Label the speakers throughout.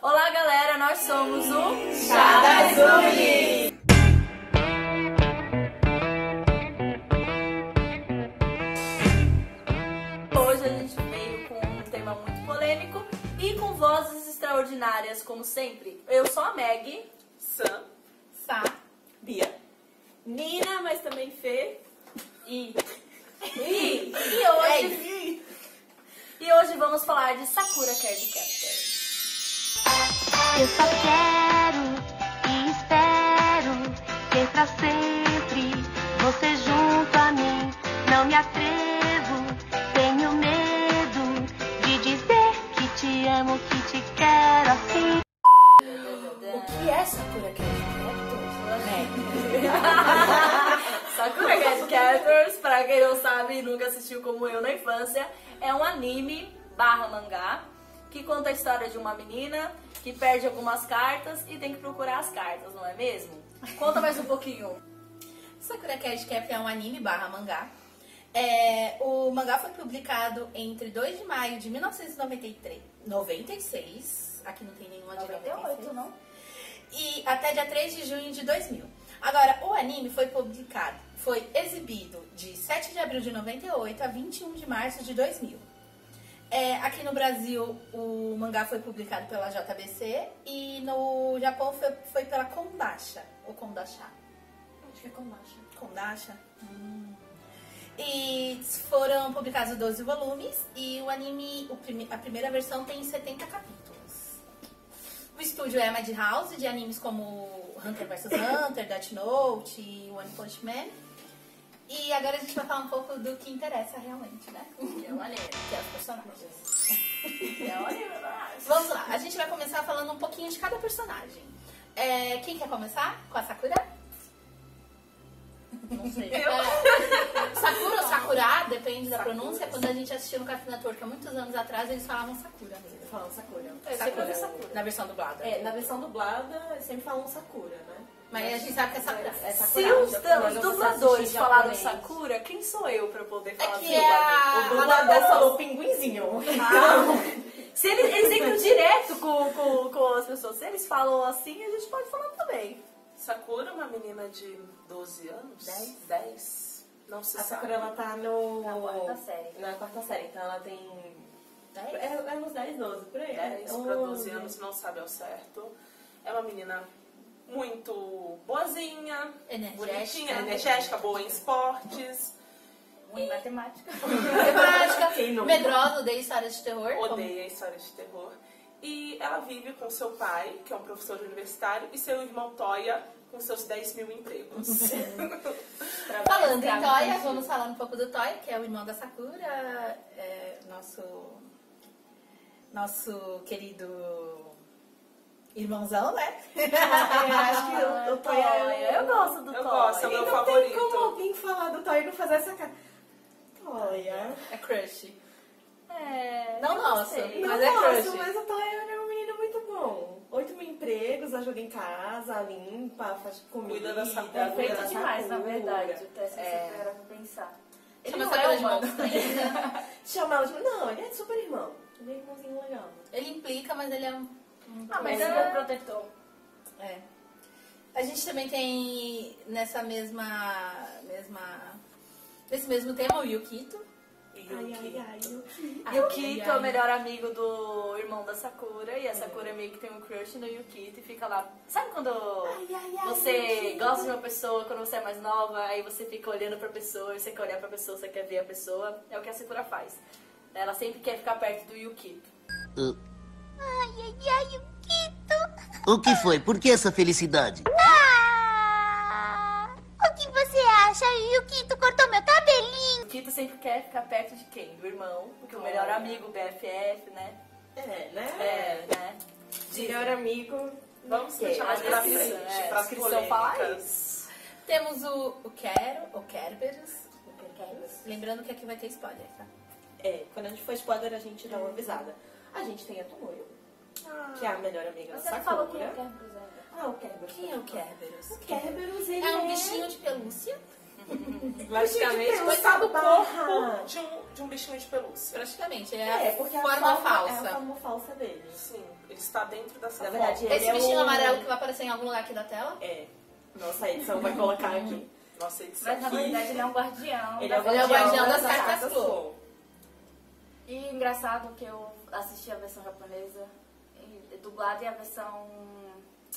Speaker 1: Olá, galera, nós somos o
Speaker 2: Chá das Uni!
Speaker 1: Hoje a gente veio com um tema muito polêmico e com vozes extraordinárias, como sempre. Eu sou a Meg,
Speaker 2: Sam,
Speaker 3: Sá,
Speaker 2: Bia.
Speaker 3: Nina, mas também Fê.
Speaker 1: e. E, e hoje. E hoje vamos falar de Sakura Card Captor.
Speaker 4: Eu só quero e espero ter pra sempre você junto a mim. Não me atrevo, tenho medo de dizer que te amo, que te quero assim.
Speaker 1: O
Speaker 3: E é Sakura
Speaker 1: Sakura Card Captors, é pra quem não sabe e nunca assistiu como eu na infância, é um anime barra mangá que conta a história de uma menina que perde algumas cartas e tem que procurar as cartas, não é mesmo? Conta mais um pouquinho.
Speaker 3: Sakura Card Cap é um anime barra mangá. É, o mangá foi publicado entre 2 de maio de 1993, 96, aqui não tem nenhuma de 96,
Speaker 1: não?
Speaker 3: e até dia 3 de junho de 2000. Agora, o anime foi publicado, foi exibido de 7 de abril de 98 a 21 de março de 2000. É, aqui no Brasil, o mangá foi publicado pela JBC e no Japão foi, foi pela Kondasha, ou Kondasha. Acho que é Kondasha. Kondasha? Hum. E foram publicados 12 volumes e o anime, o prime- a primeira versão tem 70 capítulos. O estúdio é a Madhouse, de animes como Hunter vs Hunter, Death Note e One Punch Man. E agora a gente vai falar um pouco do que interessa realmente, né?
Speaker 1: Que é o anime.
Speaker 3: Que é os personagens.
Speaker 1: Que é o anime, não é?
Speaker 3: Vamos lá, a gente vai começar falando um pouquinho de cada personagem. É, quem quer começar? Com a Sakura?
Speaker 1: Não sei.
Speaker 3: É. Sakura ou Sakura, Ah, depende da pronúncia. Quando a gente assistiu no Café na Turca, muitos anos atrás, eles falavam Sakura mesmo.
Speaker 2: Falando Sakura.
Speaker 1: É, sempre ouvi Sakura.
Speaker 3: Na versão dublada.
Speaker 2: É, na versão dublada, sempre falam Sakura, né?
Speaker 3: Mas a gente sabe que é Sakura.
Speaker 2: É Sakura.
Speaker 1: Se os
Speaker 2: Mas
Speaker 1: dan-
Speaker 2: você
Speaker 1: dubladores
Speaker 2: assiste
Speaker 1: falaram
Speaker 2: japonês.
Speaker 1: Sakura, quem sou eu pra poder falar
Speaker 3: que
Speaker 1: assim?
Speaker 3: é a-
Speaker 2: é O dublador falou pinguinzinho. Ah, Então,
Speaker 1: Se eles, eles entram direto com, com, com as pessoas, se eles falam assim, a gente pode falar também.
Speaker 5: Sakura, é uma menina de 12 anos?
Speaker 2: Dez.
Speaker 5: 10? Não se
Speaker 2: A
Speaker 5: sabe.
Speaker 2: Sakura, ela tá no...
Speaker 1: Na quarta série.
Speaker 2: Na quarta série, então ela tem...
Speaker 3: Dez?
Speaker 2: É, é uns 10, 12, por aí. É
Speaker 5: 10 para 12 anos, não sabe ao certo. É uma menina muito boazinha,
Speaker 3: Energética. né?
Speaker 5: bonitinha, energética, boa em esportes.
Speaker 1: Em é matemática.
Speaker 3: Temática,
Speaker 2: Quem não?
Speaker 3: medrosa, odeia histórias de terror.
Speaker 5: Odeia histórias de terror. E ela vive com seu pai, que é um professor universitário, e seu irmão Toya, com seus 10 mil empregos.
Speaker 3: Como- Falando em Toya, vamos falar um pouco do Toya, que é o irmão da Sakura, é, nosso, nosso querido irmãozão, né?
Speaker 2: Eu acho
Speaker 5: Ah,
Speaker 2: que
Speaker 1: Ah,
Speaker 2: o, o Toy é...
Speaker 1: Eu gosto do
Speaker 5: Eu
Speaker 1: Toy.
Speaker 5: gosto, é o meu
Speaker 2: não tem
Speaker 5: favorito.
Speaker 2: como alguém falar do Toy e não fazer essa cara. Toya.
Speaker 3: É crush.
Speaker 1: É,
Speaker 3: Não
Speaker 1: eu
Speaker 3: nosso.
Speaker 1: gostei.
Speaker 2: Não
Speaker 3: Mas é
Speaker 2: gosto,
Speaker 3: crush.
Speaker 2: mas o Toy era um menino muito bom. Oito mil empregos, ajuda em casa, limpa, faz comida.
Speaker 5: Cuida da Sakura.
Speaker 2: cuida
Speaker 5: Perfeito
Speaker 2: da
Speaker 1: Perfeito demais, na
Speaker 2: Sakura.
Speaker 1: verdade. Até
Speaker 5: É.
Speaker 1: se você parar pra pensar. Ele
Speaker 3: Chama
Speaker 1: não
Speaker 3: Sakura
Speaker 1: é um
Speaker 3: de
Speaker 1: monstro.
Speaker 2: Chama ela de... Não, ele é super irmão. Ele é irmãozinho legal.
Speaker 3: Ele implica, mas ele é um... um
Speaker 1: Ah, mas ele
Speaker 3: é...
Speaker 1: é protetor.
Speaker 3: é. A gente também tem nessa mesma... mesma nesse mesmo tema o Yukito.
Speaker 5: E
Speaker 2: Ai,
Speaker 5: o que-
Speaker 2: ai, ai. eu-
Speaker 1: Yukito é o
Speaker 3: ai.
Speaker 1: melhor amigo do irmão da Sakura e a Sakura meio que tem um crush no Yukito e fica lá. Sabe quando você gosta de uma pessoa, quando você é mais nova, aí você fica olhando pra pessoa, e você quer olhar pra pessoa, você quer ver a pessoa? É o que a Sakura faz. Ela sempre quer ficar perto do Yukito.
Speaker 4: Ai, ai, ai, o Quito!
Speaker 6: O que foi? Por que essa felicidade?
Speaker 4: Ah! O que você acha? E o Quito cortou meu cabelinho!
Speaker 1: Yukito sempre quer ficar perto de quem? Do irmão, porque o melhor amigo, BFF, né?
Speaker 2: É, né?
Speaker 1: É, né?
Speaker 2: Melhor amigo.
Speaker 5: Vamos
Speaker 2: Que-
Speaker 5: deixar mais
Speaker 1: a
Speaker 5: pra
Speaker 1: descrição,
Speaker 5: frente,
Speaker 1: é,
Speaker 5: para
Speaker 1: a
Speaker 5: as
Speaker 1: descrição fala
Speaker 5: polêmicas.
Speaker 3: Temos o, o Quero, o Kerberos. Lembrando que aqui vai ter spoiler, tá?
Speaker 2: É, quando a gente for spoiler, a gente dá uma avisada. A gente tem a Tomoyo, que é a melhor amiga da
Speaker 1: Você
Speaker 2: Sakura.
Speaker 1: não falou quem é o Kerberos ainda.
Speaker 2: Ah, o Kerberos. um
Speaker 3: Quem é o Kerberos?
Speaker 2: O Kerberos, ele
Speaker 3: É um bichinho de pelúcia.
Speaker 5: Basicamente,
Speaker 2: pelúcia
Speaker 5: coitado do
Speaker 2: um barra.
Speaker 5: corpo de um, de um bichinho de pelúcia.
Speaker 3: Praticamente, é,
Speaker 2: É,
Speaker 3: a
Speaker 2: porque a
Speaker 3: forma
Speaker 2: forma
Speaker 3: falsa.
Speaker 2: É a forma falsa dele.
Speaker 5: Sim, ele está dentro dessa
Speaker 2: Na verdade,
Speaker 5: forma.
Speaker 2: ele
Speaker 3: Esse
Speaker 2: é
Speaker 3: bichinho
Speaker 2: o-
Speaker 3: amarelo que vai aparecer em algum lugar aqui da tela.
Speaker 2: É. Nossa edição vai colocar aqui.
Speaker 5: Nossa edição.
Speaker 1: Mas na verdade ele é um guardião.
Speaker 2: Ele
Speaker 1: da
Speaker 2: é o
Speaker 1: verdade.
Speaker 2: guardião,
Speaker 3: guardião das
Speaker 2: das
Speaker 3: cartas
Speaker 2: cartas
Speaker 3: flor.
Speaker 2: flor.
Speaker 1: E engraçado que eu assisti a versão japonesa, e- dublada e a versão.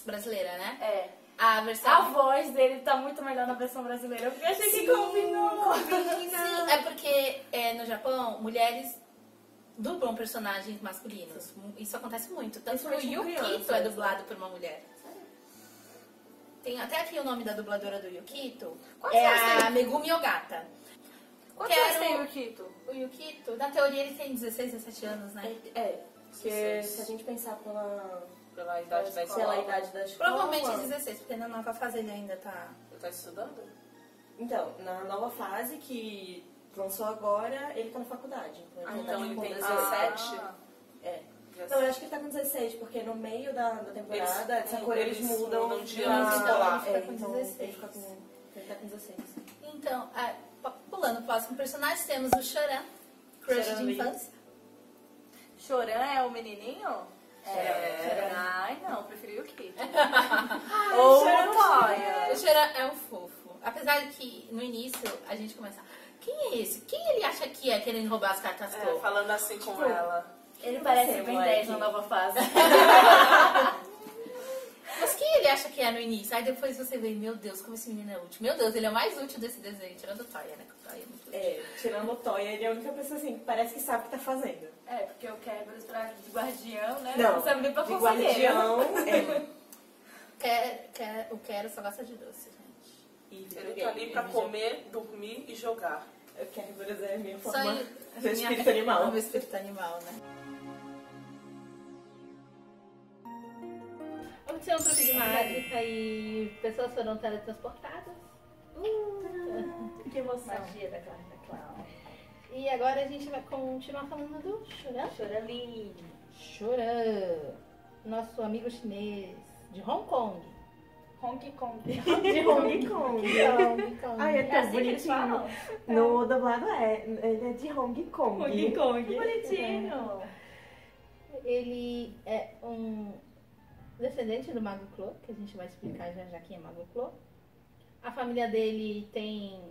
Speaker 3: Brasileira, né?
Speaker 1: É.
Speaker 3: A
Speaker 1: A
Speaker 3: versão.
Speaker 1: voz dele tá muito melhor na versão brasileira. Eu fiquei, achei que combinou.
Speaker 3: Sim, é porque é, no Japão, mulheres dublam personagens masculinos. Isso acontece muito. Tanto que o
Speaker 2: Principalmente com
Speaker 3: Yukito
Speaker 2: crianças, né?
Speaker 3: é dublado por uma mulher. Tem até aqui o nome da dubladora do Yukito.
Speaker 1: Quantos
Speaker 3: é
Speaker 1: anos
Speaker 3: a Megumi Ogata.
Speaker 1: Quantos
Speaker 3: Quero-
Speaker 1: anos tem o Kito?
Speaker 3: O Yukito, na teoria, ele tem 16, 17 anos, né?
Speaker 2: É. Porque se a gente pensar pela,
Speaker 5: Pela idade da escola.
Speaker 2: pela idade da é escola...
Speaker 3: Provavelmente 16, porque na nova fase ele ainda tá.
Speaker 5: Ele tá estudando?
Speaker 2: Então, na nova fase que lançou agora, ele tá na faculdade. Então,
Speaker 5: Ah,
Speaker 2: já tá,
Speaker 5: então ele
Speaker 2: tipo,
Speaker 5: tem
Speaker 2: com
Speaker 5: 17?
Speaker 2: É.
Speaker 5: Já
Speaker 2: Não, eu acho que ele tá com 16, porque no meio da, da temporada,
Speaker 5: Eles- é,
Speaker 2: essa cor eles,
Speaker 5: eles
Speaker 2: mudam,
Speaker 5: mudam de
Speaker 2: pra-
Speaker 5: ano escolar.
Speaker 2: É,
Speaker 3: Ele fica com
Speaker 2: então,
Speaker 3: 16.
Speaker 2: ele fica com... Ele tá com 16.
Speaker 3: Então, a- pa- pulando o próximo personagem, temos o Choran, crush
Speaker 2: Choran
Speaker 3: de
Speaker 2: Lee.
Speaker 3: infância.
Speaker 1: Choran é o menininho?
Speaker 5: É.
Speaker 1: Choran. Ai, não, preferi o Kito. é Ou o
Speaker 3: O
Speaker 1: Toya.
Speaker 3: Choran é um fofo. Apesar de que no início a gente começa. Quem é esse? Quem ele acha que é querendo roubar as cartas
Speaker 5: É,
Speaker 3: flor?
Speaker 5: falando assim com
Speaker 2: Tipo,
Speaker 5: ela.
Speaker 1: Ele parece bem 10
Speaker 2: moleque?
Speaker 1: na nova fase.
Speaker 3: Mas quem ele acha que é no início? Aí depois você vê, meu Deus, como esse menino é útil. Meu Deus, ele é o mais útil desse desenho, tirando o Toya, né? Que o Toya é muito útil.
Speaker 2: É, tirando o Toya, ele é a única pessoa assim que parece que sabe o que tá fazendo.
Speaker 1: É, porque o Kerberos pra de guardião, né?
Speaker 2: Não,
Speaker 1: sabe nem pra
Speaker 2: de
Speaker 1: conselheiro.
Speaker 2: guardião, é.
Speaker 3: Quer, quer, o Quero só gosta de doce, gente.
Speaker 2: E
Speaker 5: Ele tá ali pra comer, dormir e jogar.
Speaker 2: Eu quero, por exemplo, minha
Speaker 3: Só
Speaker 2: forma
Speaker 3: em-
Speaker 2: do
Speaker 3: minha-
Speaker 2: espírito animal.
Speaker 3: O meu espírito animal, né? Aconteceu um truque de mágica e pessoas foram teletransportadas.
Speaker 1: Que emoção.
Speaker 7: Magia da Carta Clown.
Speaker 3: E agora a gente vai continuar falando do Choran.
Speaker 7: Choraline.
Speaker 3: Choran, nosso amigo chinês de Hong Kong.
Speaker 7: Hong Kong.
Speaker 2: De Hong Kong.
Speaker 3: Hong Kong.
Speaker 2: Ai, é
Speaker 7: É
Speaker 2: tão
Speaker 7: assim que eles
Speaker 2: bonitinho.
Speaker 7: falam?
Speaker 2: No dublado é, ele é de Hong Kong.
Speaker 7: Hong Kong.
Speaker 1: Bonitinho.
Speaker 3: Ele é um descendente do Mago Clo, que a gente vai explicar já já quem é Mago Clo. A família dele tem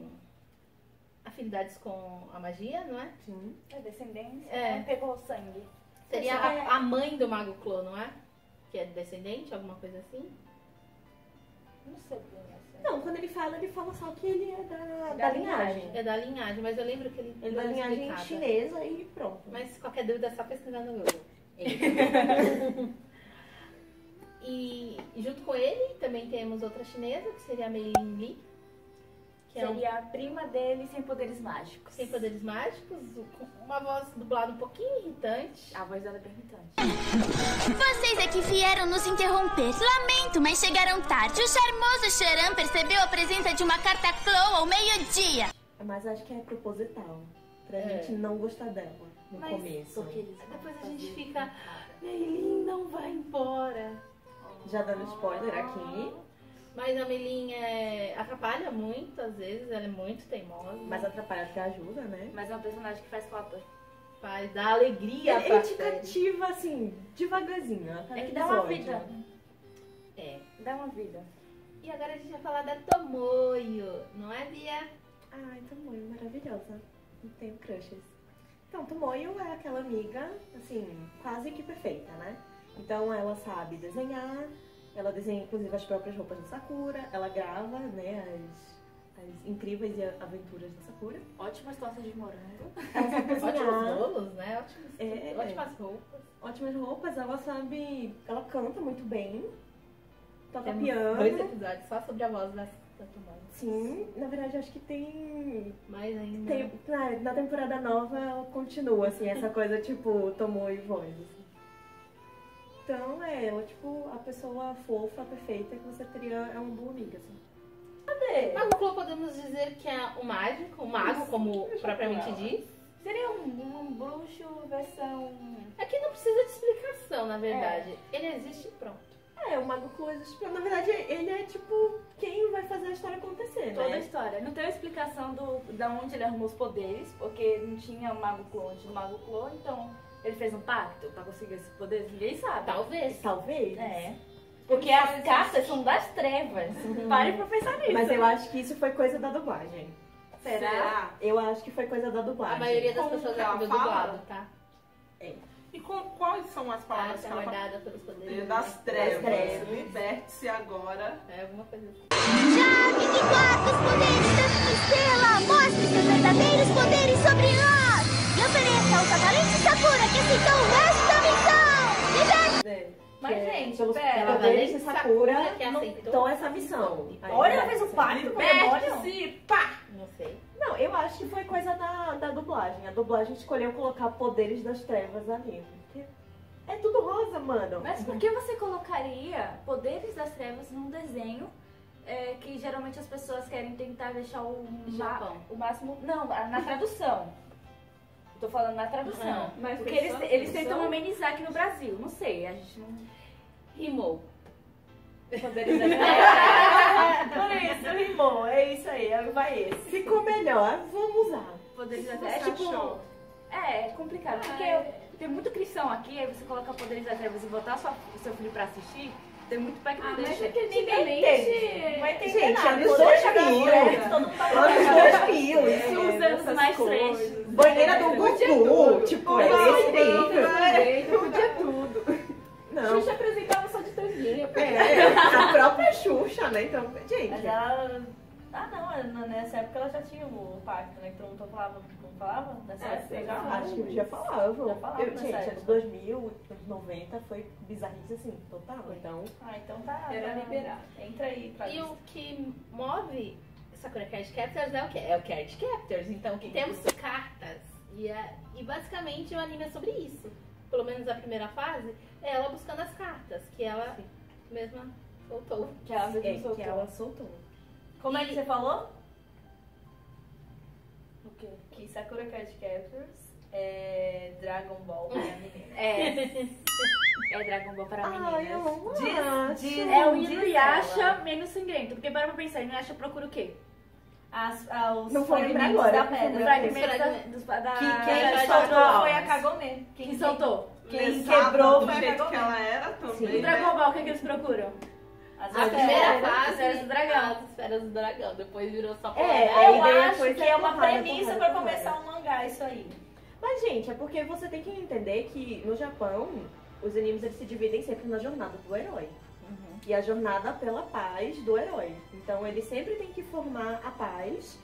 Speaker 3: afinidades com a magia, não é?
Speaker 2: Sim.
Speaker 7: É descendência.
Speaker 3: É.
Speaker 7: Não Pegou o sangue.
Speaker 3: Seria a, a
Speaker 7: é?
Speaker 3: mãe do Mago Clo, não é? Que é descendente, alguma coisa assim.
Speaker 7: Não sei bem essa.
Speaker 2: Não, quando ele fala, ele fala só que ele é da, da,
Speaker 7: Da
Speaker 2: linhagem.
Speaker 7: linhagem.
Speaker 3: É da linhagem, mas eu lembro que ele
Speaker 2: Ele é
Speaker 3: deu
Speaker 2: da
Speaker 3: uma
Speaker 2: linhagem
Speaker 3: explicada.
Speaker 2: chinesa e pronto.
Speaker 3: Mas qualquer dúvida é só pesquisar no Google. e junto com ele também temos outra chinesa, que seria a Mei Lin Li, que é um
Speaker 7: Seria a prima dele sem poderes mágicos.
Speaker 3: sem poderes mágicos, com uma voz dublada um pouquinho irritante.
Speaker 7: A voz dela é perguntante.
Speaker 4: Vocês é que vieram nos interromper. Lamento, mas chegaram tarde. O charmoso Xeran percebeu a presença de uma carta Clow ao meio-dia.
Speaker 2: Mas acho que é proposital. Pra
Speaker 3: É.
Speaker 2: gente não gostar dela no
Speaker 3: Mas
Speaker 2: começo.
Speaker 3: Depois a gente fica, Meilin não vai embora.
Speaker 2: Já dando spoiler aqui.
Speaker 3: Mas a Melin é, atrapalha muito, às vezes, ela é muito teimosa.
Speaker 7: Ah.
Speaker 2: Mas atrapalha porque ajuda, né?
Speaker 7: Mas é um personagem que faz falta.
Speaker 3: faz, dá alegria
Speaker 2: Ele é
Speaker 3: pra
Speaker 2: te
Speaker 3: série.
Speaker 2: cativa, assim, devagarzinho. a cada
Speaker 7: É que dá uma
Speaker 2: episódio.
Speaker 7: vida.
Speaker 3: É.
Speaker 7: Dá uma vida.
Speaker 3: E agora a gente vai falar da Tomoyo, não é, Bia?
Speaker 2: Ai, Tomoyo, maravilhosa. Não tenho crushes. Então, Tomoyo é aquela amiga, assim, quase que perfeita, né? Então, ela sabe desenhar, ela desenha inclusive as próprias roupas da Sakura, ela grava, né, as, as incríveis e a- aventuras da Sakura.
Speaker 7: Ótimas tortas de morango.
Speaker 2: Ela sabe
Speaker 3: Ótimos
Speaker 2: cozinhar,
Speaker 3: bolos, né? Ótimos,
Speaker 2: É.
Speaker 3: ótimas roupas.
Speaker 2: ótimas roupas, ela sabe. Ela canta muito bem, toca
Speaker 3: Temos
Speaker 2: piano.
Speaker 3: dois episódios só sobre a voz da, da Tomoyo.
Speaker 2: Sim, na verdade, acho que tem
Speaker 3: Mas ainda...
Speaker 2: Tem- na, na temporada nova ela continua, assim, essa coisa, tipo, tomou e voz, assim. Então é, ela, tipo, a pessoa fofa, perfeita que você teria é uma boa amiga, assim. Cadê?
Speaker 3: Mago Clo podemos dizer que é um mágico, um mago, como propriamente diz.
Speaker 7: Seria um, um bruxo versão.
Speaker 3: É
Speaker 5: É.
Speaker 3: Aqui não precisa de explicação, na verdade. Ele existe e pronto.
Speaker 2: É, É, o Mago Cruz, tipo, na verdade, ele é tipo quem vai fazer a história acontecer,
Speaker 7: Toda a
Speaker 2: né?
Speaker 7: história. Não tem uma explicação do, da onde ele arrumou os poderes, porque não tinha o Mago Clon antes do Mago Clon, então ele fez um pacto pra conseguir esses poderes? Ninguém
Speaker 5: Ah,
Speaker 7: sabe.
Speaker 3: Talvez.
Speaker 5: então,
Speaker 2: Talvez.
Speaker 7: É. Porque as cartas são das trevas. Pare pra pensar nisso.
Speaker 2: Mas eu acho que isso foi coisa da dublagem.
Speaker 3: Será?
Speaker 2: Eu acho que foi coisa da dublagem.
Speaker 3: A maioria das
Speaker 5: Como
Speaker 3: pessoas
Speaker 5: que ela
Speaker 3: ouviu
Speaker 5: fala?
Speaker 3: dublado, tá?
Speaker 5: E com, quais são as
Speaker 3: Ah,
Speaker 5: palavras
Speaker 3: tá
Speaker 5: que ela fala?
Speaker 3: guardada pelos poderes.
Speaker 5: Das trevas.
Speaker 2: trevas.
Speaker 5: Liberte-se agora.
Speaker 3: É alguma coisa assim.
Speaker 8: Jaque, que guarda os poderes da sua estrela! Mostre seus verdadeiros poderes sobre nós! E ofereça ao Satalente Sakura que aceitou o resto da missão! Liberte!
Speaker 2: né?
Speaker 7: Mas,
Speaker 2: Que é
Speaker 7: gente,
Speaker 2: pelos
Speaker 7: pera.
Speaker 2: poderes de Sakura,
Speaker 3: Sakura que
Speaker 2: não-
Speaker 3: aceitou.
Speaker 2: então essa missão. Aí,
Speaker 1: Olha, ela
Speaker 2: né?
Speaker 1: fez um pacto com o demônio.
Speaker 5: Liberte-se! Pá!
Speaker 3: Não sei.
Speaker 2: Não, eu acho que foi coisa da, da dublagem. A dublagem escolheu colocar poderes das trevas ali. porque É tudo rosa, mano.
Speaker 7: Mas por que você colocaria poderes das trevas num desenho é, que geralmente as pessoas querem tentar deixar o, ma
Speaker 3: Japão.
Speaker 7: o máximo. Não, a- na tradução. Eu Tô falando na tradução.
Speaker 3: Ah,
Speaker 7: Mas
Speaker 3: mas
Speaker 7: porque
Speaker 3: foi
Speaker 7: eles,
Speaker 3: só
Speaker 7: eles
Speaker 3: tradução?
Speaker 7: tentam amenizar aqui no Brasil. Não sei, a gente não.
Speaker 3: Rimou.
Speaker 7: Poderes das trevas.
Speaker 2: Por isso, rimou. É isso aí, é- vai esse. Ficou melhor, vamos lá.
Speaker 7: poderes das
Speaker 5: Você
Speaker 7: trevas. É tipo.
Speaker 5: achou?
Speaker 7: É, é complicado.
Speaker 2: Ah,
Speaker 7: Porque tem muito cristão aqui, aí você coloca poderes das trevas e botar sua, seu filho pra assistir. Tem muito pé ah, é que
Speaker 2: Ah,
Speaker 7: não deixa.
Speaker 2: é Entende? Não entende
Speaker 7: Gente,
Speaker 2: nada.
Speaker 7: anos
Speaker 2: Poderes
Speaker 7: 2000.
Speaker 2: das trevas, todo mundo tá Anos 2000,
Speaker 7: Isso
Speaker 2: isso.
Speaker 7: uns anos mais
Speaker 5: coisas.
Speaker 7: trash.
Speaker 2: Banheira do Gugu, tipo, é esse nível. Não,
Speaker 7: né? Xuxa apresentava só de tanguinha.
Speaker 2: é, a própria Xuxa, né? Então,
Speaker 1: Mas
Speaker 2: gente,
Speaker 1: ela. Ah, não, ela- nessa época ela já tinha o pacto, né? Que todo mundo falava. Não falava? Nessa
Speaker 7: É,
Speaker 1: época
Speaker 7: sim,
Speaker 1: já
Speaker 7: já
Speaker 1: falava.
Speaker 2: Ah, acho que já falavam.
Speaker 1: Já falavam
Speaker 2: Eu-
Speaker 1: nessa
Speaker 2: gente,
Speaker 1: época.
Speaker 2: anos 2000, anos 90 foi bizarrice assim, total. Então,
Speaker 1: Ah, então tá.
Speaker 3: Era
Speaker 1: tá.
Speaker 3: liberado.
Speaker 1: Entra aí pra
Speaker 3: E o que move Sakura Card Captors é o que? É o Card Captors. Então, que temos cartas. E, é- e basicamente o anime é sobre isso. Pelo menos a primeira fase é ela buscando as cartas, que ela mesma voltou.
Speaker 7: Que ela
Speaker 2: é que ela soltou.
Speaker 1: Como é que você falou? O quê? Que Sakura Card Captors é Dragon Ball pra meninas.
Speaker 7: É. É Dragon Ball para
Speaker 2: Ai, eu
Speaker 7: meninas.
Speaker 2: não
Speaker 1: Diz-
Speaker 2: acho.
Speaker 1: diz-
Speaker 7: É o
Speaker 1: um Diz
Speaker 7: Inuyasha menos sangrento. Porque para pra pensar, Inuyasha procura o quê?
Speaker 1: As, ah, os
Speaker 2: Não vou lembrar
Speaker 1: fragmentos
Speaker 2: agora,
Speaker 1: da
Speaker 2: porque
Speaker 1: pedra.
Speaker 7: Os
Speaker 2: eu
Speaker 7: fragmentos um da...
Speaker 3: fragmentos.
Speaker 7: dos- da-
Speaker 1: Que
Speaker 3: Ah,
Speaker 1: quem
Speaker 3: já
Speaker 1: soltou
Speaker 3: soltou
Speaker 1: foi a
Speaker 3: almas.
Speaker 1: Kagome. Quem,
Speaker 7: Que soltou.
Speaker 1: Quem
Speaker 5: Lesada
Speaker 1: quebrou
Speaker 5: do
Speaker 1: foi a
Speaker 5: jeito que
Speaker 1: Kagome.
Speaker 5: ela era
Speaker 7: No
Speaker 5: também. né?
Speaker 7: Dragon Ball, o que, é que eles procuram?
Speaker 1: As
Speaker 3: A
Speaker 1: outras-
Speaker 3: primeira
Speaker 7: esferas, as
Speaker 3: fase
Speaker 7: esferas do dragão.
Speaker 3: As esferas do dragão. Depois virou só
Speaker 2: É,
Speaker 3: porrada.
Speaker 2: aí
Speaker 1: Eu
Speaker 2: daí
Speaker 1: acho
Speaker 2: depois
Speaker 1: que
Speaker 2: é
Speaker 1: é uma
Speaker 2: porrada,
Speaker 1: premissa
Speaker 2: porrada,
Speaker 1: pra
Speaker 2: porrada.
Speaker 1: começar um mangá, isso aí.
Speaker 2: Mas, gente, é porque você tem que entender que no Japão, os animes eles se dividem sempre na jornada do herói.
Speaker 1: Uhum.
Speaker 2: E a jornada pela paz do herói. Então ele sempre tem que formar a paz.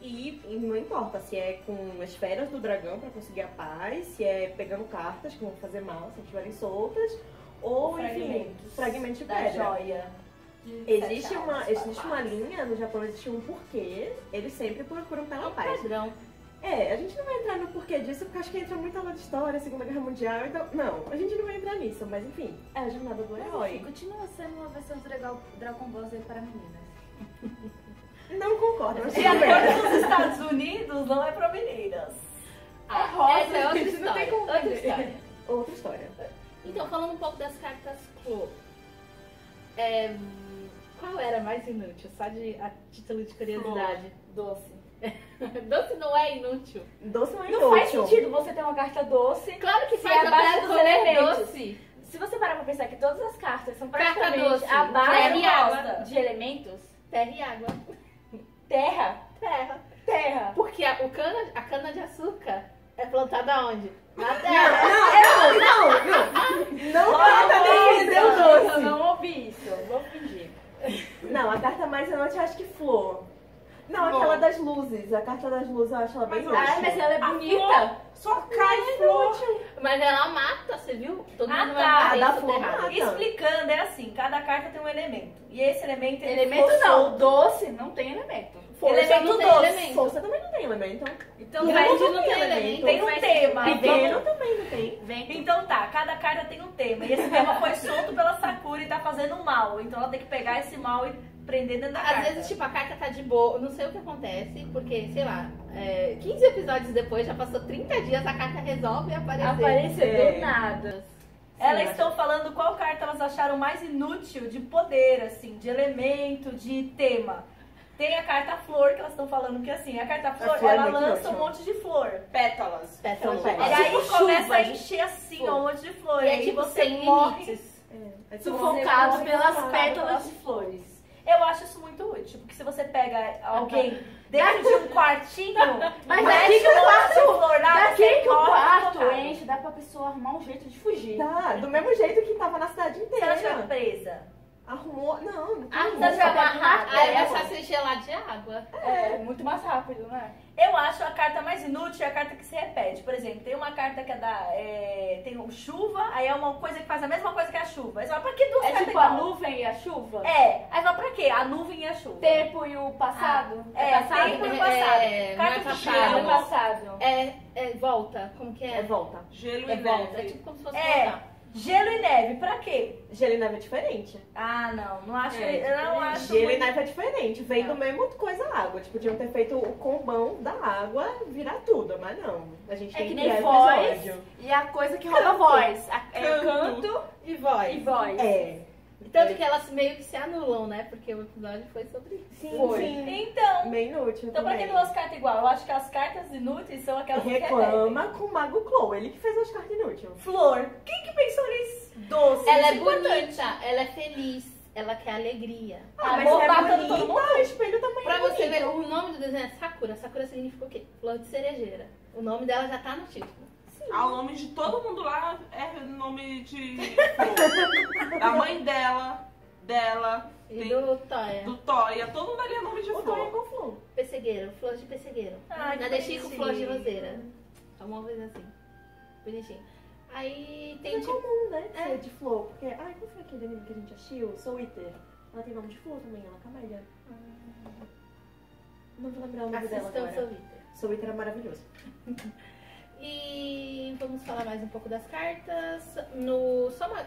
Speaker 2: E, e não importa se é com esferas do dragão pra conseguir a paz, se é pegando cartas que vão fazer mal se estiverem soltas, ou enfim,
Speaker 1: Fragmentos
Speaker 2: fragmentos de
Speaker 1: Da
Speaker 2: pedra.
Speaker 1: joia. De
Speaker 2: Existe
Speaker 1: sete
Speaker 2: uma,
Speaker 1: almas,
Speaker 2: existe
Speaker 1: fala.
Speaker 2: uma linha no Japão, existe um porquê, eles sempre procuram pela paz.
Speaker 3: Padrão.
Speaker 2: É, a gente não vai entrar no porquê disso, porque acho que entra muita aula de história, Segunda Guerra Mundial, então. Não, a gente não vai entrar nisso, mas enfim, é a jornada do herói.
Speaker 7: Continua sendo uma versão do Dragon- Dragon Ball Z para meninas.
Speaker 2: Não concordo, mas
Speaker 1: De
Speaker 2: tudo bem.
Speaker 1: acordo com os Estados Unidos, não é pra meninas.
Speaker 3: Ah,
Speaker 1: rosa,
Speaker 3: essa é outra
Speaker 1: gente, não tem
Speaker 3: história.
Speaker 1: como
Speaker 3: outra
Speaker 1: entender.
Speaker 3: história.
Speaker 2: Outra história.
Speaker 3: Então, falando um pouco das cartas Clo. É, hum, qual era a mais inútil? Só de, a título de curiosidade.
Speaker 7: Doce.
Speaker 3: Doce não é inútil.
Speaker 2: Doce não é
Speaker 7: Não
Speaker 2: inútil.
Speaker 7: faz sentido você ter uma carta doce.
Speaker 3: Claro que
Speaker 7: Se
Speaker 3: faz
Speaker 7: abaixo
Speaker 3: abaixo
Speaker 7: dos
Speaker 3: com
Speaker 7: elementos.
Speaker 3: doce.
Speaker 7: Se você parar pra pensar que todas as cartas são
Speaker 3: Carta
Speaker 7: praticamente
Speaker 3: doce,
Speaker 7: a
Speaker 3: terra e
Speaker 7: base
Speaker 3: água.
Speaker 7: de elementos,
Speaker 3: Terra e água.
Speaker 7: terra,
Speaker 3: Terra.
Speaker 7: terra.
Speaker 3: Porque a, o cana, a cana de açúcar é plantada onde? Na terra.
Speaker 2: Não, não, não, não. Não trata nem de dizer o
Speaker 7: Eu
Speaker 2: doce.
Speaker 7: não ouvi isso, vou fingir.
Speaker 2: Não, a carta mais inútil eu acho que flor. Não, aquela das luzes. A carta das luzes eu acho ela bem É
Speaker 5: Mas
Speaker 2: inútil.
Speaker 5: eu
Speaker 7: Ah, mas ela é bonita.
Speaker 5: Só cai flor.
Speaker 3: Mas ela mata, você viu? Todo
Speaker 1: Ah,
Speaker 3: mundo
Speaker 1: tá,
Speaker 3: vai
Speaker 2: dá
Speaker 3: matar isso
Speaker 2: flor.
Speaker 3: terra.
Speaker 2: Ah, tá.
Speaker 1: Explicando, é assim, cada carta tem um elemento. E esse elemento ele
Speaker 7: Elemento
Speaker 1: ficou
Speaker 7: não,
Speaker 1: solto.
Speaker 7: doce não tem elemento.
Speaker 1: Elemento
Speaker 3: não tem
Speaker 1: doce.
Speaker 3: elemento.
Speaker 2: Força também não tem elemento.
Speaker 7: Então
Speaker 2: Não,
Speaker 7: vai
Speaker 2: não
Speaker 7: de
Speaker 2: tem elemento.
Speaker 1: Tem um tema.
Speaker 2: Veneno também não tem.
Speaker 7: Vento.
Speaker 1: Então tá, cada carta tem um tema. E esse tema foi solto pela Sakura e tá fazendo mal. Então ela tem que pegar esse mal e prender dentro da
Speaker 3: Às
Speaker 1: carta.
Speaker 3: vezes, tipo, a carta tá de boa, não sei o que acontece, porque, sei lá, é, 15 episódios depois, já passou 30 dias, a carta resolve aparecer.
Speaker 7: Apareceu
Speaker 2: É.
Speaker 7: do nada.
Speaker 1: Elas
Speaker 7: eu
Speaker 1: estão falando qual carta elas acharam mais inútil de poder, assim, de elemento, de tema. Tem a carta flor que elas estão falando que assim, a carta flor,
Speaker 2: flor é
Speaker 1: ela
Speaker 2: muito
Speaker 1: lança um
Speaker 2: útil.
Speaker 1: monte de flor, pétalas.
Speaker 3: Pétalas.
Speaker 2: Então,
Speaker 1: E
Speaker 2: É
Speaker 1: aí
Speaker 7: tipo
Speaker 1: começa
Speaker 7: chuva,
Speaker 1: a
Speaker 7: gente.
Speaker 1: encher assim
Speaker 7: Flor.
Speaker 1: um monte de flor.
Speaker 3: E
Speaker 1: E
Speaker 3: é
Speaker 1: aí
Speaker 3: tipo
Speaker 1: você
Speaker 3: sem
Speaker 1: morre.
Speaker 3: limites.
Speaker 2: É,
Speaker 7: Sufocado
Speaker 1: Você
Speaker 7: pelas
Speaker 1: morre
Speaker 7: pétalas
Speaker 1: pelas
Speaker 7: de flores.
Speaker 1: Eu acho isso muito útil, porque se você pega alguém dentro de um quartinho,
Speaker 7: Mas
Speaker 1: mete
Speaker 7: daqui que
Speaker 1: um
Speaker 7: o
Speaker 1: monte de flor lá, você
Speaker 7: Daqui que o
Speaker 1: morre
Speaker 7: quarto
Speaker 1: sufocado.
Speaker 7: enche, dá pra pessoa arrumar um jeito de fugir.
Speaker 2: Tá, do mesmo jeito que tava na cidade
Speaker 1: Se
Speaker 2: inteira.
Speaker 1: ela estiver presa.
Speaker 2: Arrumou. Não, não
Speaker 3: Ah,
Speaker 2: tem
Speaker 1: tá
Speaker 2: isso.
Speaker 1: já-
Speaker 3: Aí é mais fácil encher lá de água.
Speaker 7: É, muito mais rápido, né?
Speaker 1: Eu acho a carta mais inútil é a carta que se repete. Por exemplo, tem uma carta que é da. é, tem um chuva, aí é uma coisa que faz a mesma coisa que a chuva. Aí você fala, pra que duas
Speaker 7: É
Speaker 1: cartas
Speaker 7: tipo a
Speaker 1: igual?
Speaker 7: nuvem e a chuva?
Speaker 1: É, aí fala pra quê? A nuvem e a chuva.
Speaker 7: Tempo e o passado?
Speaker 1: Ah, é,
Speaker 7: passado?
Speaker 1: tempo e
Speaker 7: é
Speaker 1: o passado.
Speaker 3: É, não
Speaker 1: Carta
Speaker 3: é
Speaker 1: de
Speaker 3: passado.
Speaker 7: passado. É passado.
Speaker 3: É, é volta. Como que é?
Speaker 7: É volta.
Speaker 5: Gelo
Speaker 3: É
Speaker 5: e
Speaker 3: volta. É
Speaker 5: neve.
Speaker 3: tipo como se fosse
Speaker 1: É.
Speaker 3: voltar.
Speaker 1: Gelo e neve, pra quê?
Speaker 2: Gelo e neve é diferente.
Speaker 1: Ah, não, não acho.
Speaker 5: É,
Speaker 1: eu não acho.
Speaker 2: Gelo e
Speaker 1: muito-
Speaker 2: neve é diferente. Vem
Speaker 1: Não.
Speaker 2: do mesmo coisa a água. Tipo, podiam ter feito o combão da água virar tudo, mas não. A gente
Speaker 7: É
Speaker 2: tem
Speaker 7: que
Speaker 2: criar
Speaker 7: nem voz
Speaker 2: episódio.
Speaker 7: e a coisa que rouba voz. A- É
Speaker 5: Canto.
Speaker 7: canto
Speaker 3: E voz.
Speaker 7: e voz.
Speaker 2: É.
Speaker 3: Tanto que elas meio que se anulam, né? Porque o episódio foi sobre isso.
Speaker 2: Sim,
Speaker 7: Foi.
Speaker 2: sim.
Speaker 1: Então,
Speaker 2: Meio inútil.
Speaker 1: então pra
Speaker 2: também.
Speaker 1: que duas cartas igual? Eu acho que as cartas inúteis são aquelas que repetem.
Speaker 2: Reclama com o Mago Clow, ele que fez as cartas inúteis.
Speaker 1: Flor. Quem que pensou nisso? Doce.
Speaker 3: Ela é
Speaker 1: isso importante.
Speaker 3: bonita, ela é feliz, ela quer alegria.
Speaker 1: Ah,
Speaker 2: mas
Speaker 1: amor
Speaker 2: é
Speaker 1: matando todo
Speaker 2: bonita,
Speaker 1: mundo.
Speaker 2: o espelho também
Speaker 3: Pra
Speaker 2: é
Speaker 3: você
Speaker 2: bonito.
Speaker 3: ver, o nome do desenho é Sakura. Sakura significa o quê? Flor de cerejeira. O nome dela já tá no título.
Speaker 5: Ah, o nome de todo mundo lá é nome de. flor. da mãe dela, dela,
Speaker 3: E
Speaker 5: Tem-
Speaker 3: do Toya.
Speaker 5: do Toya, todo mundo ali é nome de
Speaker 2: O Tom é
Speaker 5: flor.
Speaker 2: com Flow.
Speaker 3: Pessegueiro, flor de pessegueiro.
Speaker 1: Ai, que
Speaker 3: Na deixei com
Speaker 1: bonitinho.
Speaker 3: flor de roseira. Alguma coisa assim. Bonitinho. Aí tem
Speaker 2: É
Speaker 3: tipo.
Speaker 2: comum, né? Ser de Flow, porque. Ai, qual foi aquele anime que a gente assistiu? Soul Eater. Ela tem nome de Flow também, ela é camélia. Não vou lembrar o nome dela
Speaker 3: Ah. Assistam
Speaker 2: agora.
Speaker 3: seu Vitor.
Speaker 2: Soul Eater é maravilhoso.
Speaker 3: E vamos falar mais um pouco das cartas. No, só uma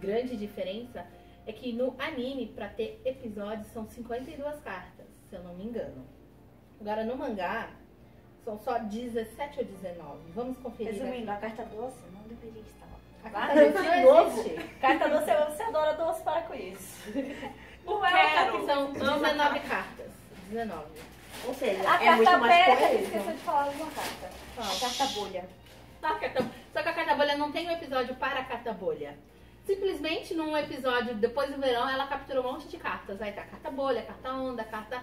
Speaker 3: grande diferença é que no anime, pra ter episódios, são 52 cartas, se eu não me engano. Agora no mangá, são só 17 ou 19. Vamos conferir.
Speaker 7: Resumindo, a carta doce não deveria estar lá.
Speaker 3: aqui. A carta doce
Speaker 1: é de
Speaker 3: não
Speaker 1: novo.
Speaker 3: existe.
Speaker 1: Carta doce, é você adora doce, para com isso.
Speaker 5: Não
Speaker 3: Carta que
Speaker 5: quero.
Speaker 3: São 19 cartas. 19.
Speaker 2: Ou seja,
Speaker 1: A
Speaker 2: é muito
Speaker 1: carta
Speaker 2: mais
Speaker 1: pé, a gente
Speaker 2: coeso.
Speaker 1: esqueceu de falar de uma carta.
Speaker 3: Fala.
Speaker 1: A carta bolha.
Speaker 3: Tá, carta- Só que a carta bolha não tem um episódio para a carta bolha. Simplesmente num episódio depois do verão, ela capturou um monte de cartas. Aí tá carta bolha, carta onda, carta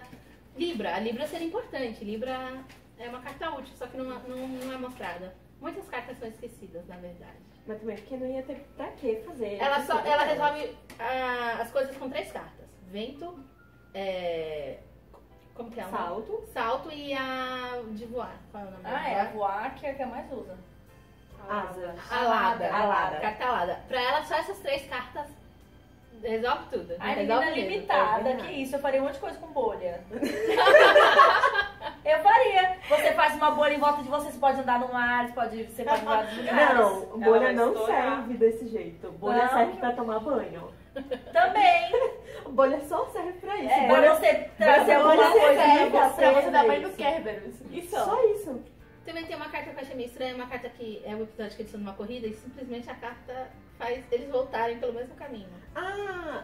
Speaker 3: Libra. A Libra seria importante. Libra é uma carta útil, só que não, não, não é mostrada. Muitas cartas são esquecidas, na verdade.
Speaker 2: Mas também, é porque não ia ter pra que fazer.
Speaker 3: Ela, só,
Speaker 2: Tudo
Speaker 3: ela
Speaker 2: bem.
Speaker 3: resolve ah, as coisas com três cartas: vento, é, como que é? o nome?
Speaker 2: Salto.
Speaker 3: Salto e a de voar. Qual é o nome
Speaker 2: né?
Speaker 3: da
Speaker 1: Ah,
Speaker 3: de
Speaker 1: é. A
Speaker 3: voar?
Speaker 1: voar que é a que mais usa.
Speaker 2: Asa.
Speaker 3: Alada.
Speaker 2: Alada.
Speaker 3: Carta alada. Pra ela, só essas três cartas resolve tudo.
Speaker 1: A menina
Speaker 3: resolve mesmo.
Speaker 1: limitada,
Speaker 2: é
Speaker 1: que
Speaker 2: verdade.
Speaker 1: isso, eu faria um monte de coisa com bolha. eu faria. Você faz uma bolha em volta de você, você pode andar no ar, você pode, você pode voar dos lugares.
Speaker 2: Não,
Speaker 5: Ela vai
Speaker 2: bolha não
Speaker 5: estourar.
Speaker 2: serve desse jeito. Bolha
Speaker 1: Não.
Speaker 2: serve pra tomar banho.
Speaker 1: Também.
Speaker 2: Bolha só serve pra isso.
Speaker 1: É, pra
Speaker 2: bolha
Speaker 1: você trazer
Speaker 2: Você
Speaker 1: alguma
Speaker 2: olha,
Speaker 1: coisa.
Speaker 2: serve
Speaker 1: né?
Speaker 2: pra você dar banho
Speaker 7: no
Speaker 2: no
Speaker 7: Kerberos. Isso.
Speaker 2: Só isso.
Speaker 3: Também tem uma carta que eu achei meio estranha, uma carta que é um episódio que eles estão numa corrida e simplesmente a carta faz eles voltarem pelo mesmo caminho.
Speaker 2: Ah,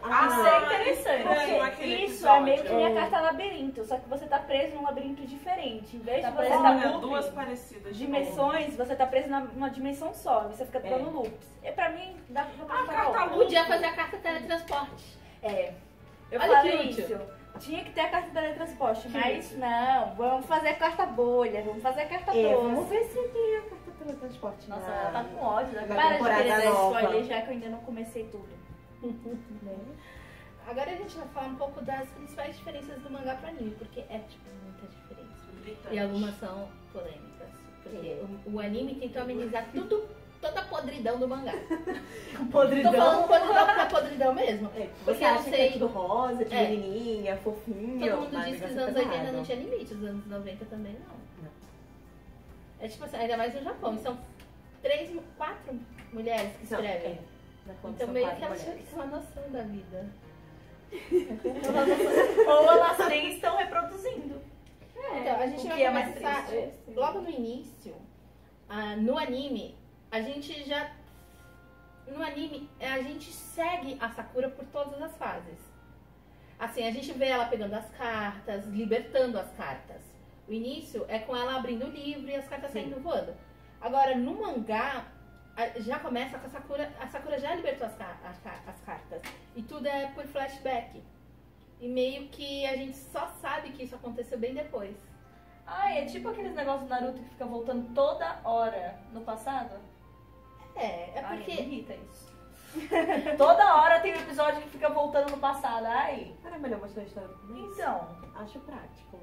Speaker 1: Isso
Speaker 5: Ah,
Speaker 1: é interessante.
Speaker 5: estranho
Speaker 1: porque
Speaker 5: aquele
Speaker 7: Isso, é
Speaker 5: episódio.
Speaker 7: meio que nem a
Speaker 2: É.
Speaker 7: carta labirinto, só que você tá preso num labirinto diferente. Em vez
Speaker 1: Tá
Speaker 7: de
Speaker 1: preso
Speaker 7: você
Speaker 1: na
Speaker 7: estar
Speaker 5: Olha,
Speaker 7: com
Speaker 5: duas parecidas. de novo.
Speaker 7: dimensões, você tá preso na- numa dimensão só, você fica pegando loops. É, pra mim, dá
Speaker 2: Ah,
Speaker 7: pra
Speaker 5: A
Speaker 7: colocar
Speaker 5: carta
Speaker 7: outra.
Speaker 5: luz.
Speaker 3: Podia fazer a carta teletransporte.
Speaker 7: É. Eu
Speaker 3: Olha que
Speaker 7: falei
Speaker 3: útil.
Speaker 7: isso. Tinha que ter a carta teletransporte,
Speaker 3: Que
Speaker 7: mas não. Vamos fazer a carta bolha, vamos fazer a carta
Speaker 2: É,
Speaker 7: doce.
Speaker 2: vamos ver se tem a carta teletransporte.
Speaker 1: Nossa,
Speaker 2: na-
Speaker 1: ela tá com ódio da
Speaker 2: na
Speaker 1: cara.
Speaker 7: né? Para de querer
Speaker 2: temporada
Speaker 7: dar
Speaker 2: nova.
Speaker 7: spoiler, já que eu ainda não comecei tudo.
Speaker 2: né?
Speaker 3: Agora a gente vai falar um pouco das principais diferenças do mangá pro anime, porque é tipo muita diferença. E algumas são polêmicas. Porque
Speaker 2: É.
Speaker 3: o, o anime tentou amenizar tudo, toda a podridão do mangá. Tô falando podridão porque é podridão mesmo.
Speaker 2: É,
Speaker 3: Porque
Speaker 2: você
Speaker 3: eu
Speaker 2: acha que
Speaker 3: sei-
Speaker 2: é tudo rosa, de
Speaker 3: É.
Speaker 2: menininha, fofinho.
Speaker 3: Todo mundo
Speaker 2: mas
Speaker 3: diz que os
Speaker 2: negócio é
Speaker 3: anos 80 não
Speaker 2: pesado.
Speaker 3: tinha limite, os anos 90 também não.
Speaker 2: Não.
Speaker 3: É tipo assim, ainda mais no Japão. E são três, mu- quatro mulheres que
Speaker 2: Não,
Speaker 3: escrevem.
Speaker 2: é. Na condição
Speaker 3: então meio
Speaker 2: quatro
Speaker 3: que elas tinham
Speaker 2: mulheres.
Speaker 3: que ter
Speaker 7: assim.
Speaker 3: uma noção da vida.
Speaker 1: Ou elas têm e estão reproduzindo.
Speaker 3: Então, a gente
Speaker 1: o
Speaker 3: vai
Speaker 1: que é mais
Speaker 3: começar eh,
Speaker 1: triste.
Speaker 3: logo no início, ah, no anime, a gente já no anime, a gente segue a Sakura por todas as fases. Assim, a gente vê ela pegando as cartas, libertando as cartas. O início é com ela abrindo o livro e as cartas saindo voando. Agora, no mangá, a- já começa com a Sakura. A Sakura já libertou as, ca- as ca- as cartas. E tudo é por flashback. E meio que a gente só sabe que isso aconteceu bem depois.
Speaker 1: Ai, é tipo aqueles negócios do Naruto que fica voltando toda hora no passado.
Speaker 3: É, é
Speaker 1: Ai,
Speaker 3: porque.
Speaker 1: me irrita isso. toda hora tem um episódio que fica voltando no passado. Ai,
Speaker 2: Era é melhor mostrar a história do começo?
Speaker 1: então.
Speaker 2: Acho prático.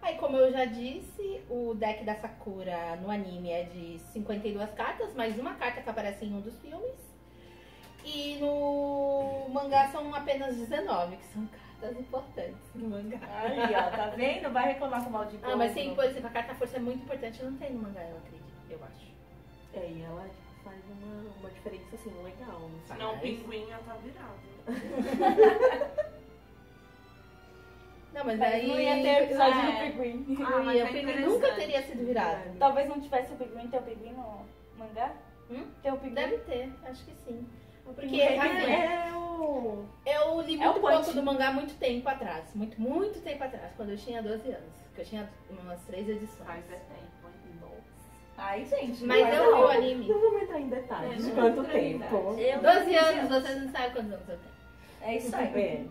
Speaker 3: Aí, como eu já disse, o deck da Sakura no anime é de 52 cartas, mais uma carta que aparece em um dos filmes. E no mangá são apenas 19, que são cartas importantes no mangá.
Speaker 1: Aí, ó, tá vendo? Vai reclamar com o mal de
Speaker 3: Ah, mas tem,
Speaker 1: povo.
Speaker 3: por exemplo, a carta força é muito importante, não tem no mangá, eu acredito, eu acho.
Speaker 2: É, e ela tipo, faz uma, uma diferença assim legal. Não sei.
Speaker 5: Senão o pinguim já tá virado.
Speaker 3: Não, mas,
Speaker 7: Mas
Speaker 3: aí.
Speaker 7: não ia ter episódio
Speaker 3: Ah,
Speaker 7: do Pinguim.
Speaker 3: não
Speaker 5: mas
Speaker 3: ia,
Speaker 5: é
Speaker 3: o Pinguim
Speaker 5: interessante.
Speaker 3: nunca teria sido virado.
Speaker 7: Talvez não tivesse o Pinguim, tem o Pinguim no mangá?
Speaker 3: Hum?
Speaker 7: Tem o Pinguim?
Speaker 3: Deve ter, acho que sim. Porque
Speaker 2: É,
Speaker 3: assim,
Speaker 2: é, o. né?
Speaker 3: Eu li
Speaker 7: É
Speaker 3: muito
Speaker 7: um
Speaker 3: pouco
Speaker 7: punch.
Speaker 3: do mangá há muito tempo atrás. Muito, muito tempo atrás, quando eu tinha 12 anos. Que eu tinha umas três edições.
Speaker 5: Mas é tempo, hein?
Speaker 1: Ai, gente.
Speaker 3: Mas
Speaker 1: vai
Speaker 3: eu
Speaker 1: dar
Speaker 3: li o
Speaker 1: outra.
Speaker 3: anime.
Speaker 2: Não vamos entrar em detalhes
Speaker 5: É,
Speaker 2: de
Speaker 5: não
Speaker 2: quanto
Speaker 5: entra em
Speaker 2: tempo.
Speaker 3: 12 anos, vocês não sabem quantos anos eu tenho.
Speaker 1: É isso aí.
Speaker 2: É.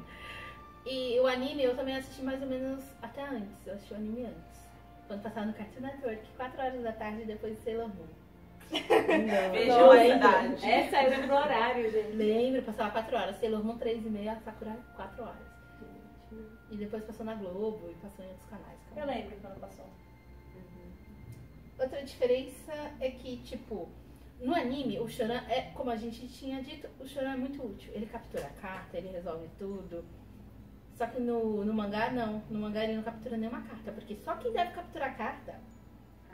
Speaker 3: E o anime eu também assisti mais ou menos até antes. Eu assisti o anime antes. Quando passava no Cartoon Network, 4 horas da tarde depois de Sailor Moon.
Speaker 5: Veja
Speaker 7: Não,
Speaker 5: a
Speaker 7: ainda.
Speaker 5: idade.
Speaker 7: É, saiu do horário, gente.
Speaker 3: Lembro, passava 4 horas. Sailor Moon 3 e meia, Sakura 4 horas. E depois passou na Globo e passou em outros canais.
Speaker 1: Eu lembro quando passou.
Speaker 3: Outra diferença é que, tipo, no anime, o Shoran é, como a gente tinha dito, o Shoran é muito útil. Ele captura a carta, ele resolve tudo. Só que no, no mangá, não. No mangá ele não captura nenhuma carta, porque só quem deve capturar a carta,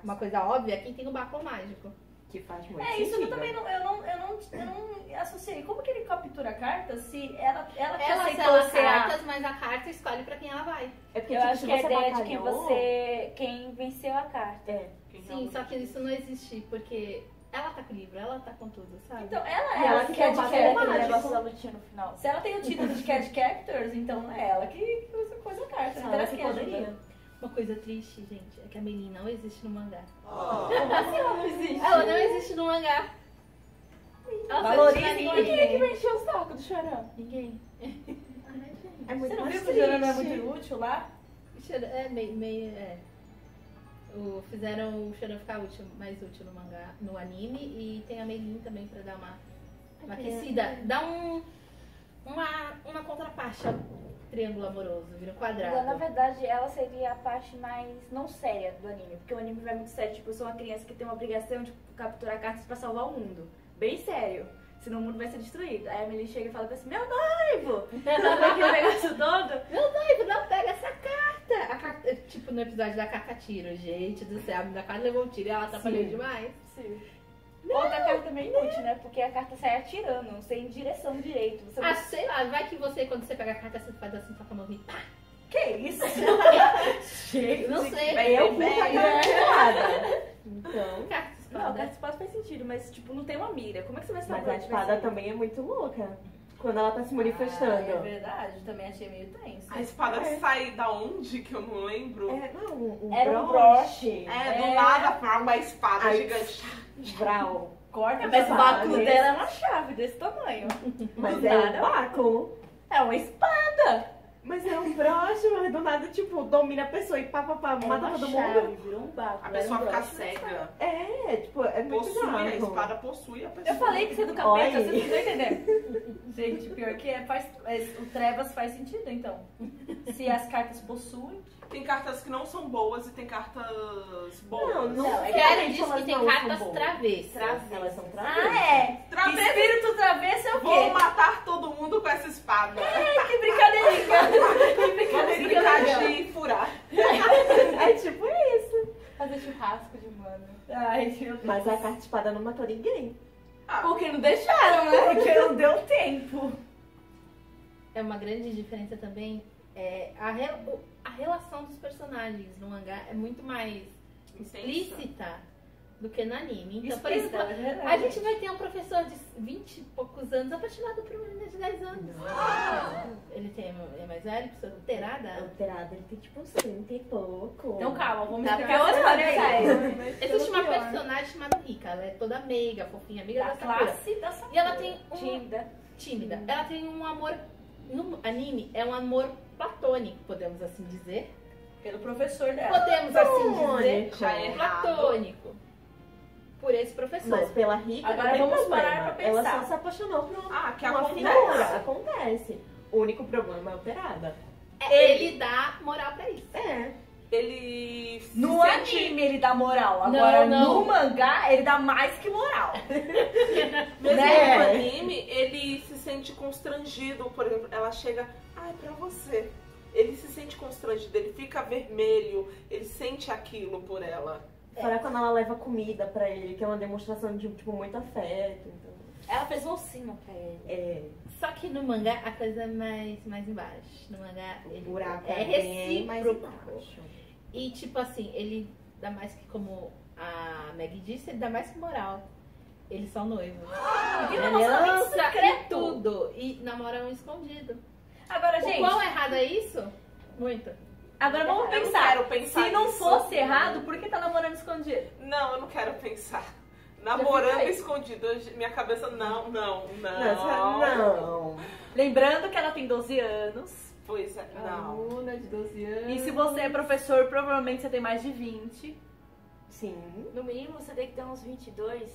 Speaker 3: uma coisa óbvia, é quem tem o bapão mágico.
Speaker 2: Que faz muito
Speaker 1: É isso que eu
Speaker 2: sentido.
Speaker 1: também não eu não, eu não. eu não associei. Como que ele captura a carta se ela, ela que
Speaker 3: Ela
Speaker 1: aceitou
Speaker 3: sela
Speaker 1: ser a-
Speaker 3: cartas, mas a carta escolhe pra quem ela vai.
Speaker 2: É porque
Speaker 7: Eu
Speaker 2: tipo,
Speaker 7: acho
Speaker 2: se
Speaker 7: que a
Speaker 2: você
Speaker 7: ideia de quem
Speaker 2: batalhou,
Speaker 7: você. quem venceu a carta.
Speaker 2: É.
Speaker 5: Quem
Speaker 3: Sim,
Speaker 5: joga-
Speaker 3: só que isso não existe, porque ela tá com o livro, ela tá com tudo, sabe?
Speaker 1: Então, ela
Speaker 7: E
Speaker 1: é
Speaker 7: ela
Speaker 1: a
Speaker 7: que quer
Speaker 1: Cat
Speaker 7: de quer aquele
Speaker 1: Captors.
Speaker 7: negócio da lutinha no final.
Speaker 1: Se ela tem o título de Cat Captors, então é ela que que usa- pôs a carta.
Speaker 2: Ela
Speaker 1: Então ela
Speaker 2: que
Speaker 1: que
Speaker 2: poderia.
Speaker 1: ajuda.
Speaker 3: Uma coisa triste, gente, é que a menina não existe no mangá.
Speaker 5: Ó,
Speaker 3: assim Ela não existe no mangá. Ela foi
Speaker 1: Valorizem
Speaker 3: pra
Speaker 1: o anime.
Speaker 3: ninguém.
Speaker 7: Quem que encheu o saco do chorão?
Speaker 3: Ninguém.
Speaker 2: É muito
Speaker 1: Você não
Speaker 2: mais
Speaker 1: viu que o Jorano é
Speaker 2: triste.
Speaker 1: muito útil lá?
Speaker 3: Shura- É meio. meio é. O, fizeram o Shoran ficar útil, mais útil no mangá, no anime e tem a Meilin também pra dar uma, uma aquecida. Dá um. Uma, uma contraparte ao triângulo amoroso, vira um
Speaker 7: Mas, Na
Speaker 3: quadrado.
Speaker 7: verdade, ela seria a parte mais não séria do anime. Porque o anime vai muito sério. Tipo, eu sou uma criança que tem uma obrigação de capturar cartas pra salvar o mundo. Bem sério. Senão o mundo vai ser destruído. Aí a Emily chega e fala pra assim, meu noivo! Sabe aquele negócio todo?
Speaker 3: Ai, Tipo, não pega essa carta! A carta- tipo no episódio da carta tiro, gente do céu, a menina quase levou um tiro e ela atrapalhou demais.
Speaker 7: Outra carta também inútil, né? Porque a carta sai atirando, não sei em direção direito.
Speaker 1: Tá
Speaker 7: Você
Speaker 3: Ah, sei lá, vai que você, quando você pega a carta, você faz assim, toca a mão e pá!
Speaker 1: Que isso?
Speaker 3: Não sei.
Speaker 1: é
Speaker 2: Eu fui com a
Speaker 3: Pega.
Speaker 2: cara pelada. Então.
Speaker 3: Carta
Speaker 7: Não, a
Speaker 3: espada.
Speaker 7: carta espaço faz sentido, mas tipo, não tem uma mira. Como é que você vai saber?
Speaker 2: Mas a
Speaker 7: onde vai
Speaker 2: espada
Speaker 7: sair?
Speaker 2: também é muito louca. Quando ela tá
Speaker 1: Ah,
Speaker 2: se
Speaker 1: é
Speaker 2: manifestando.
Speaker 1: verdade, também achei meio tenso.
Speaker 5: a espada sai da onde que eu não lembro?
Speaker 2: É, não, um, um
Speaker 7: Era um
Speaker 2: broche.
Speaker 5: É, do lado forma uma espada
Speaker 2: Ai.
Speaker 5: gigante.
Speaker 2: Vral.
Speaker 7: É,
Speaker 1: Corta,
Speaker 2: mas
Speaker 1: essa
Speaker 2: o
Speaker 1: parte.
Speaker 2: báculo
Speaker 7: dela é uma chave desse tamanho.
Speaker 2: Mas
Speaker 7: Do
Speaker 2: é um
Speaker 7: nada.
Speaker 2: báculo.
Speaker 7: É uma espada.
Speaker 2: Mas é um broche, mas do nada, tipo, domina a pessoa e pá, pá, pá,
Speaker 7: Era
Speaker 2: mata
Speaker 7: É uma
Speaker 2: todo
Speaker 7: chave,
Speaker 2: mundo.
Speaker 7: virou um báculo.
Speaker 5: A
Speaker 7: era
Speaker 5: pessoa
Speaker 7: um
Speaker 5: fica
Speaker 7: broche.
Speaker 5: cega.
Speaker 2: É, tipo, é muito
Speaker 5: Possui, a
Speaker 2: báculo.
Speaker 5: espada possui a pessoa.
Speaker 7: Eu falei que você é do capeta,
Speaker 2: Olha.
Speaker 7: vocês não estão entendendo.
Speaker 1: Gente, pior que é, faz, é, o Trevas faz sentido, então. Se as cartas possuem.
Speaker 5: Tem cartas que não são boas e tem cartas boas.
Speaker 2: Não, não,
Speaker 3: Não, é
Speaker 2: é que
Speaker 3: que
Speaker 2: elas
Speaker 3: ela diz
Speaker 2: não
Speaker 3: que tem
Speaker 2: são
Speaker 3: cartas
Speaker 2: boas.
Speaker 3: travessas.
Speaker 2: Elas são travessas.
Speaker 1: Ah, é!
Speaker 5: Travessa-
Speaker 1: Espírito travessa é o
Speaker 5: Vou
Speaker 1: quê?
Speaker 5: matar todo mundo com essa espada.
Speaker 1: Que
Speaker 7: Tá
Speaker 1: brincadeirinha! Que
Speaker 5: Vamos
Speaker 1: brincadeirinha!
Speaker 5: brincar de furar.
Speaker 2: É tipo isso.
Speaker 7: Fazer churrasco de mano.
Speaker 1: Ai, meu Deus.
Speaker 2: Mas a carta espada não matou ninguém.
Speaker 5: Ah,
Speaker 7: Porque não deixaram, né?
Speaker 1: Porque não deu tempo.
Speaker 3: É uma grande diferença também. É a, re- o- a relação dos personagens no mangá é muito mais
Speaker 5: intensa.
Speaker 3: explícita do que no anime. Então,
Speaker 7: Isso
Speaker 3: por
Speaker 7: é
Speaker 3: exemplo,
Speaker 7: verdade.
Speaker 3: a gente vai ter um professor de 20 e poucos anos apaixonado por uma menina de 10 anos. Ele tem, é mais velho, pessoa alterada.
Speaker 2: Alterado, ele tem tipo uns 30 e pouco.
Speaker 7: Então calma, vamos
Speaker 1: Tá
Speaker 7: explicar outra
Speaker 1: piorando
Speaker 7: história aí.
Speaker 3: Existe uma
Speaker 7: pior.
Speaker 3: personagem chamada Rika, ela é toda meiga, fofinha, amiga
Speaker 7: Da
Speaker 3: da Sakura.
Speaker 7: classe da Sakura.
Speaker 3: E ela tem um-
Speaker 7: Tímida.
Speaker 3: tímida. Ela tem um amor. No anime, é um amor platônico, podemos assim dizer.
Speaker 1: Pelo professor dela.
Speaker 3: Podemos assim dizer.
Speaker 2: Platônico.
Speaker 1: Já é errado.
Speaker 3: Platônico. Por esse professor.
Speaker 2: Mas pela Rita,
Speaker 1: Agora
Speaker 2: não tem
Speaker 1: vamos
Speaker 2: problema.
Speaker 1: parar pra
Speaker 2: Ela
Speaker 1: pensar.
Speaker 2: só se apaixonou por uma,
Speaker 5: Ah, que
Speaker 2: uma
Speaker 5: acontece.
Speaker 2: figura. Acontece. O único problema é a alterada.
Speaker 3: É, ele dá moral pra isso.
Speaker 2: É.
Speaker 5: Ele. se
Speaker 1: No
Speaker 5: sente-
Speaker 1: anime ele dá moral,
Speaker 3: Não,
Speaker 1: agora
Speaker 3: não.
Speaker 1: no mangá ele dá mais que moral.
Speaker 5: Mesmo
Speaker 2: Né?
Speaker 5: no anime, ele se sente constrangido. Por exemplo, ela chega, ai, pra você. Ele se sente constrangido, ele fica vermelho, ele sente aquilo por ela.
Speaker 2: Fora quando ela leva comida pra ele, que é uma demonstração de tipo, muito afeto. Então,
Speaker 7: Ela fez um sino pra ele.
Speaker 2: é,
Speaker 3: Só que no mangá a coisa é mais, mais embaixo. No mangá
Speaker 2: o
Speaker 3: ele
Speaker 2: buraco
Speaker 3: é
Speaker 2: é, bem mais
Speaker 3: recíproco.
Speaker 2: embaixo.
Speaker 3: E tipo assim, ele dá mais que como a Meg disse, ele dá mais que moral. Eles são noivos.
Speaker 2: Ah,
Speaker 3: é
Speaker 7: E no relacionamento
Speaker 3: Aliança e
Speaker 7: secreto.
Speaker 3: tudo. E namoram escondido.
Speaker 7: Agora, gente,
Speaker 3: O quão errado é isso? Muito.
Speaker 7: agora vamos
Speaker 5: Eu não
Speaker 7: pensar.
Speaker 5: quero pensar
Speaker 7: Se não
Speaker 5: nisso.
Speaker 7: fosse errado, por que tá namorando escondido?
Speaker 5: Não, eu não quero pensar. Namorando
Speaker 7: fiquei.
Speaker 5: escondido, eu- minha cabeça, não, não, não.
Speaker 2: Não, sabe- não.
Speaker 1: Lembrando que ela tem 12 anos.
Speaker 5: Pois é,
Speaker 7: Ah,
Speaker 5: não.
Speaker 7: Aluna de 12 anos.
Speaker 1: E se você é professor, provavelmente você tem mais de 20.
Speaker 2: Sim,
Speaker 7: No mínimo, você tem que ter uns 22.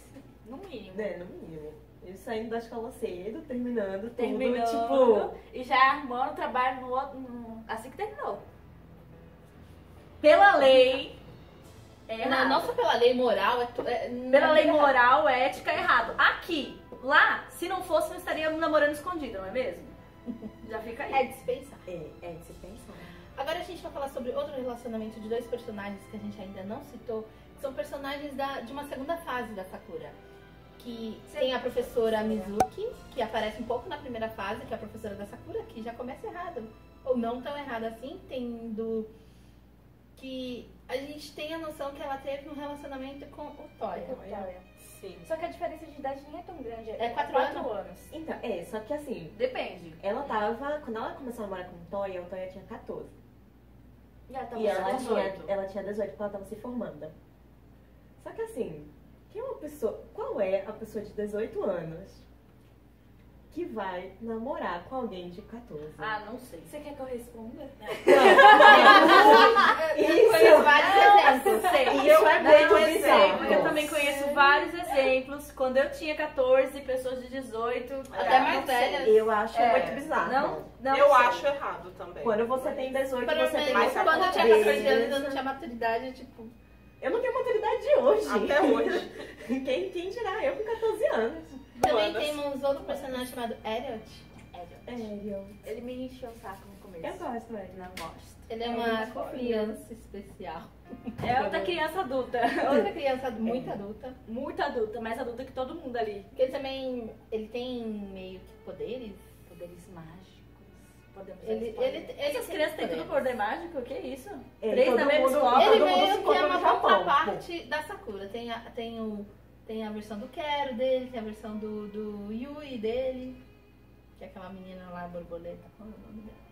Speaker 7: No mínimo.
Speaker 2: né, no mínimo. Ele saindo da escola cedo, terminando tudo,
Speaker 7: Terminou.
Speaker 2: tipo...
Speaker 7: E já armando o trabalho no outro. no- Assim que terminou.
Speaker 1: Pela lei. É
Speaker 3: Não,
Speaker 1: errado.
Speaker 3: não só pela lei moral, é, tu- é
Speaker 1: Pela
Speaker 3: não é
Speaker 1: lei
Speaker 3: errado.
Speaker 1: moral, ética, é errado. Aqui, lá, se não fosse, não estaria namorando escondido, não é mesmo? Já fica aí.
Speaker 3: É dispensar.
Speaker 2: É, é de se pensar.
Speaker 3: Agora a gente vai falar sobre outro relacionamento de dois personagens que a gente ainda não citou, que são personagens da, de uma segunda fase da Sakura. Que tem a professora Mizuki, que aparece um pouco na primeira fase, que é a professora da Sakura, que já começa errado. Ou não tão errado assim, tendo que a gente tem a noção que ela teve um relacionamento com o Toya.
Speaker 5: Sim.
Speaker 7: É, Só que a diferença de idade nem é tão grande.
Speaker 3: É quatro
Speaker 7: anos.
Speaker 2: Então, é, só que assim,
Speaker 1: Depende.
Speaker 2: Ela tava. Quando ela começou a namorar com o Toya, o Toya tinha 14.
Speaker 7: E ela tá
Speaker 2: e ela
Speaker 7: mostrando
Speaker 2: tinha,
Speaker 1: 18.
Speaker 2: ela tinha 18, porque ela tava se formando. Só que assim, quem é uma pessoa. Qual é a pessoa de 18 anos que vai namorar com alguém de 14?
Speaker 1: Ah, não sei.
Speaker 7: Você quer que eu responda?
Speaker 3: Conheço
Speaker 2: Isso!
Speaker 3: vários exemplos.
Speaker 2: E eu é muito
Speaker 1: eu sei,
Speaker 2: bizarro.
Speaker 1: porque eu também conheço vários exemplos. Quando eu tinha 14, pessoas de 18.
Speaker 3: Até
Speaker 1: ah,
Speaker 3: mais
Speaker 1: não sei.
Speaker 3: velhas.
Speaker 2: Eu acho
Speaker 1: É,
Speaker 2: muito bizarro.
Speaker 1: Não, não.
Speaker 5: eu
Speaker 1: sei.
Speaker 5: acho errado também.
Speaker 2: Quando você tem 18,
Speaker 3: Pelo
Speaker 2: você tem
Speaker 3: menos
Speaker 5: mais
Speaker 2: essa
Speaker 3: quando eu tinha
Speaker 2: cabeça.
Speaker 3: 14 anos, eu não tinha maturidade, tipo,
Speaker 2: Eu não tenho maturidade de hoje.
Speaker 5: Até hoje.
Speaker 2: Quem, quem dirá? Eu com 14 anos.
Speaker 3: Também
Speaker 5: Quando-
Speaker 3: temos outro personagem chamado Elliot.
Speaker 2: É, eu,
Speaker 7: Ele me encheu o saco no começo.
Speaker 2: eu gosto, é.
Speaker 7: Não gosto.
Speaker 3: Ele é
Speaker 7: Ele
Speaker 3: uma
Speaker 7: é foda.
Speaker 3: criança especial.
Speaker 1: É outra criança adulta.
Speaker 3: É Outra criança muito adulta.
Speaker 7: Muito adulta, mais adulta que todo mundo ali.
Speaker 3: Porque ele também ele tem meio que poderes.
Speaker 7: Poderes mágicos. Podemos dar
Speaker 3: Ele,
Speaker 7: spoiler.
Speaker 3: ele, ele
Speaker 1: Essas crianças têm tudo
Speaker 3: poderes.
Speaker 1: poder mágico? Que isso?
Speaker 2: É,
Speaker 1: Três
Speaker 2: todo
Speaker 1: na mesma
Speaker 2: mundo-
Speaker 1: escola.
Speaker 2: poder.
Speaker 3: Ele
Speaker 2: Todo mundo se
Speaker 3: meio que
Speaker 2: encontra
Speaker 3: é uma
Speaker 2: no Japão,
Speaker 3: contraparte da Sakura. Tem a, tem, o, tem a versão do Quero dele, tem a versão do, do Yui dele. Que é aquela menina lá, borboleta. Qual é o nome dela?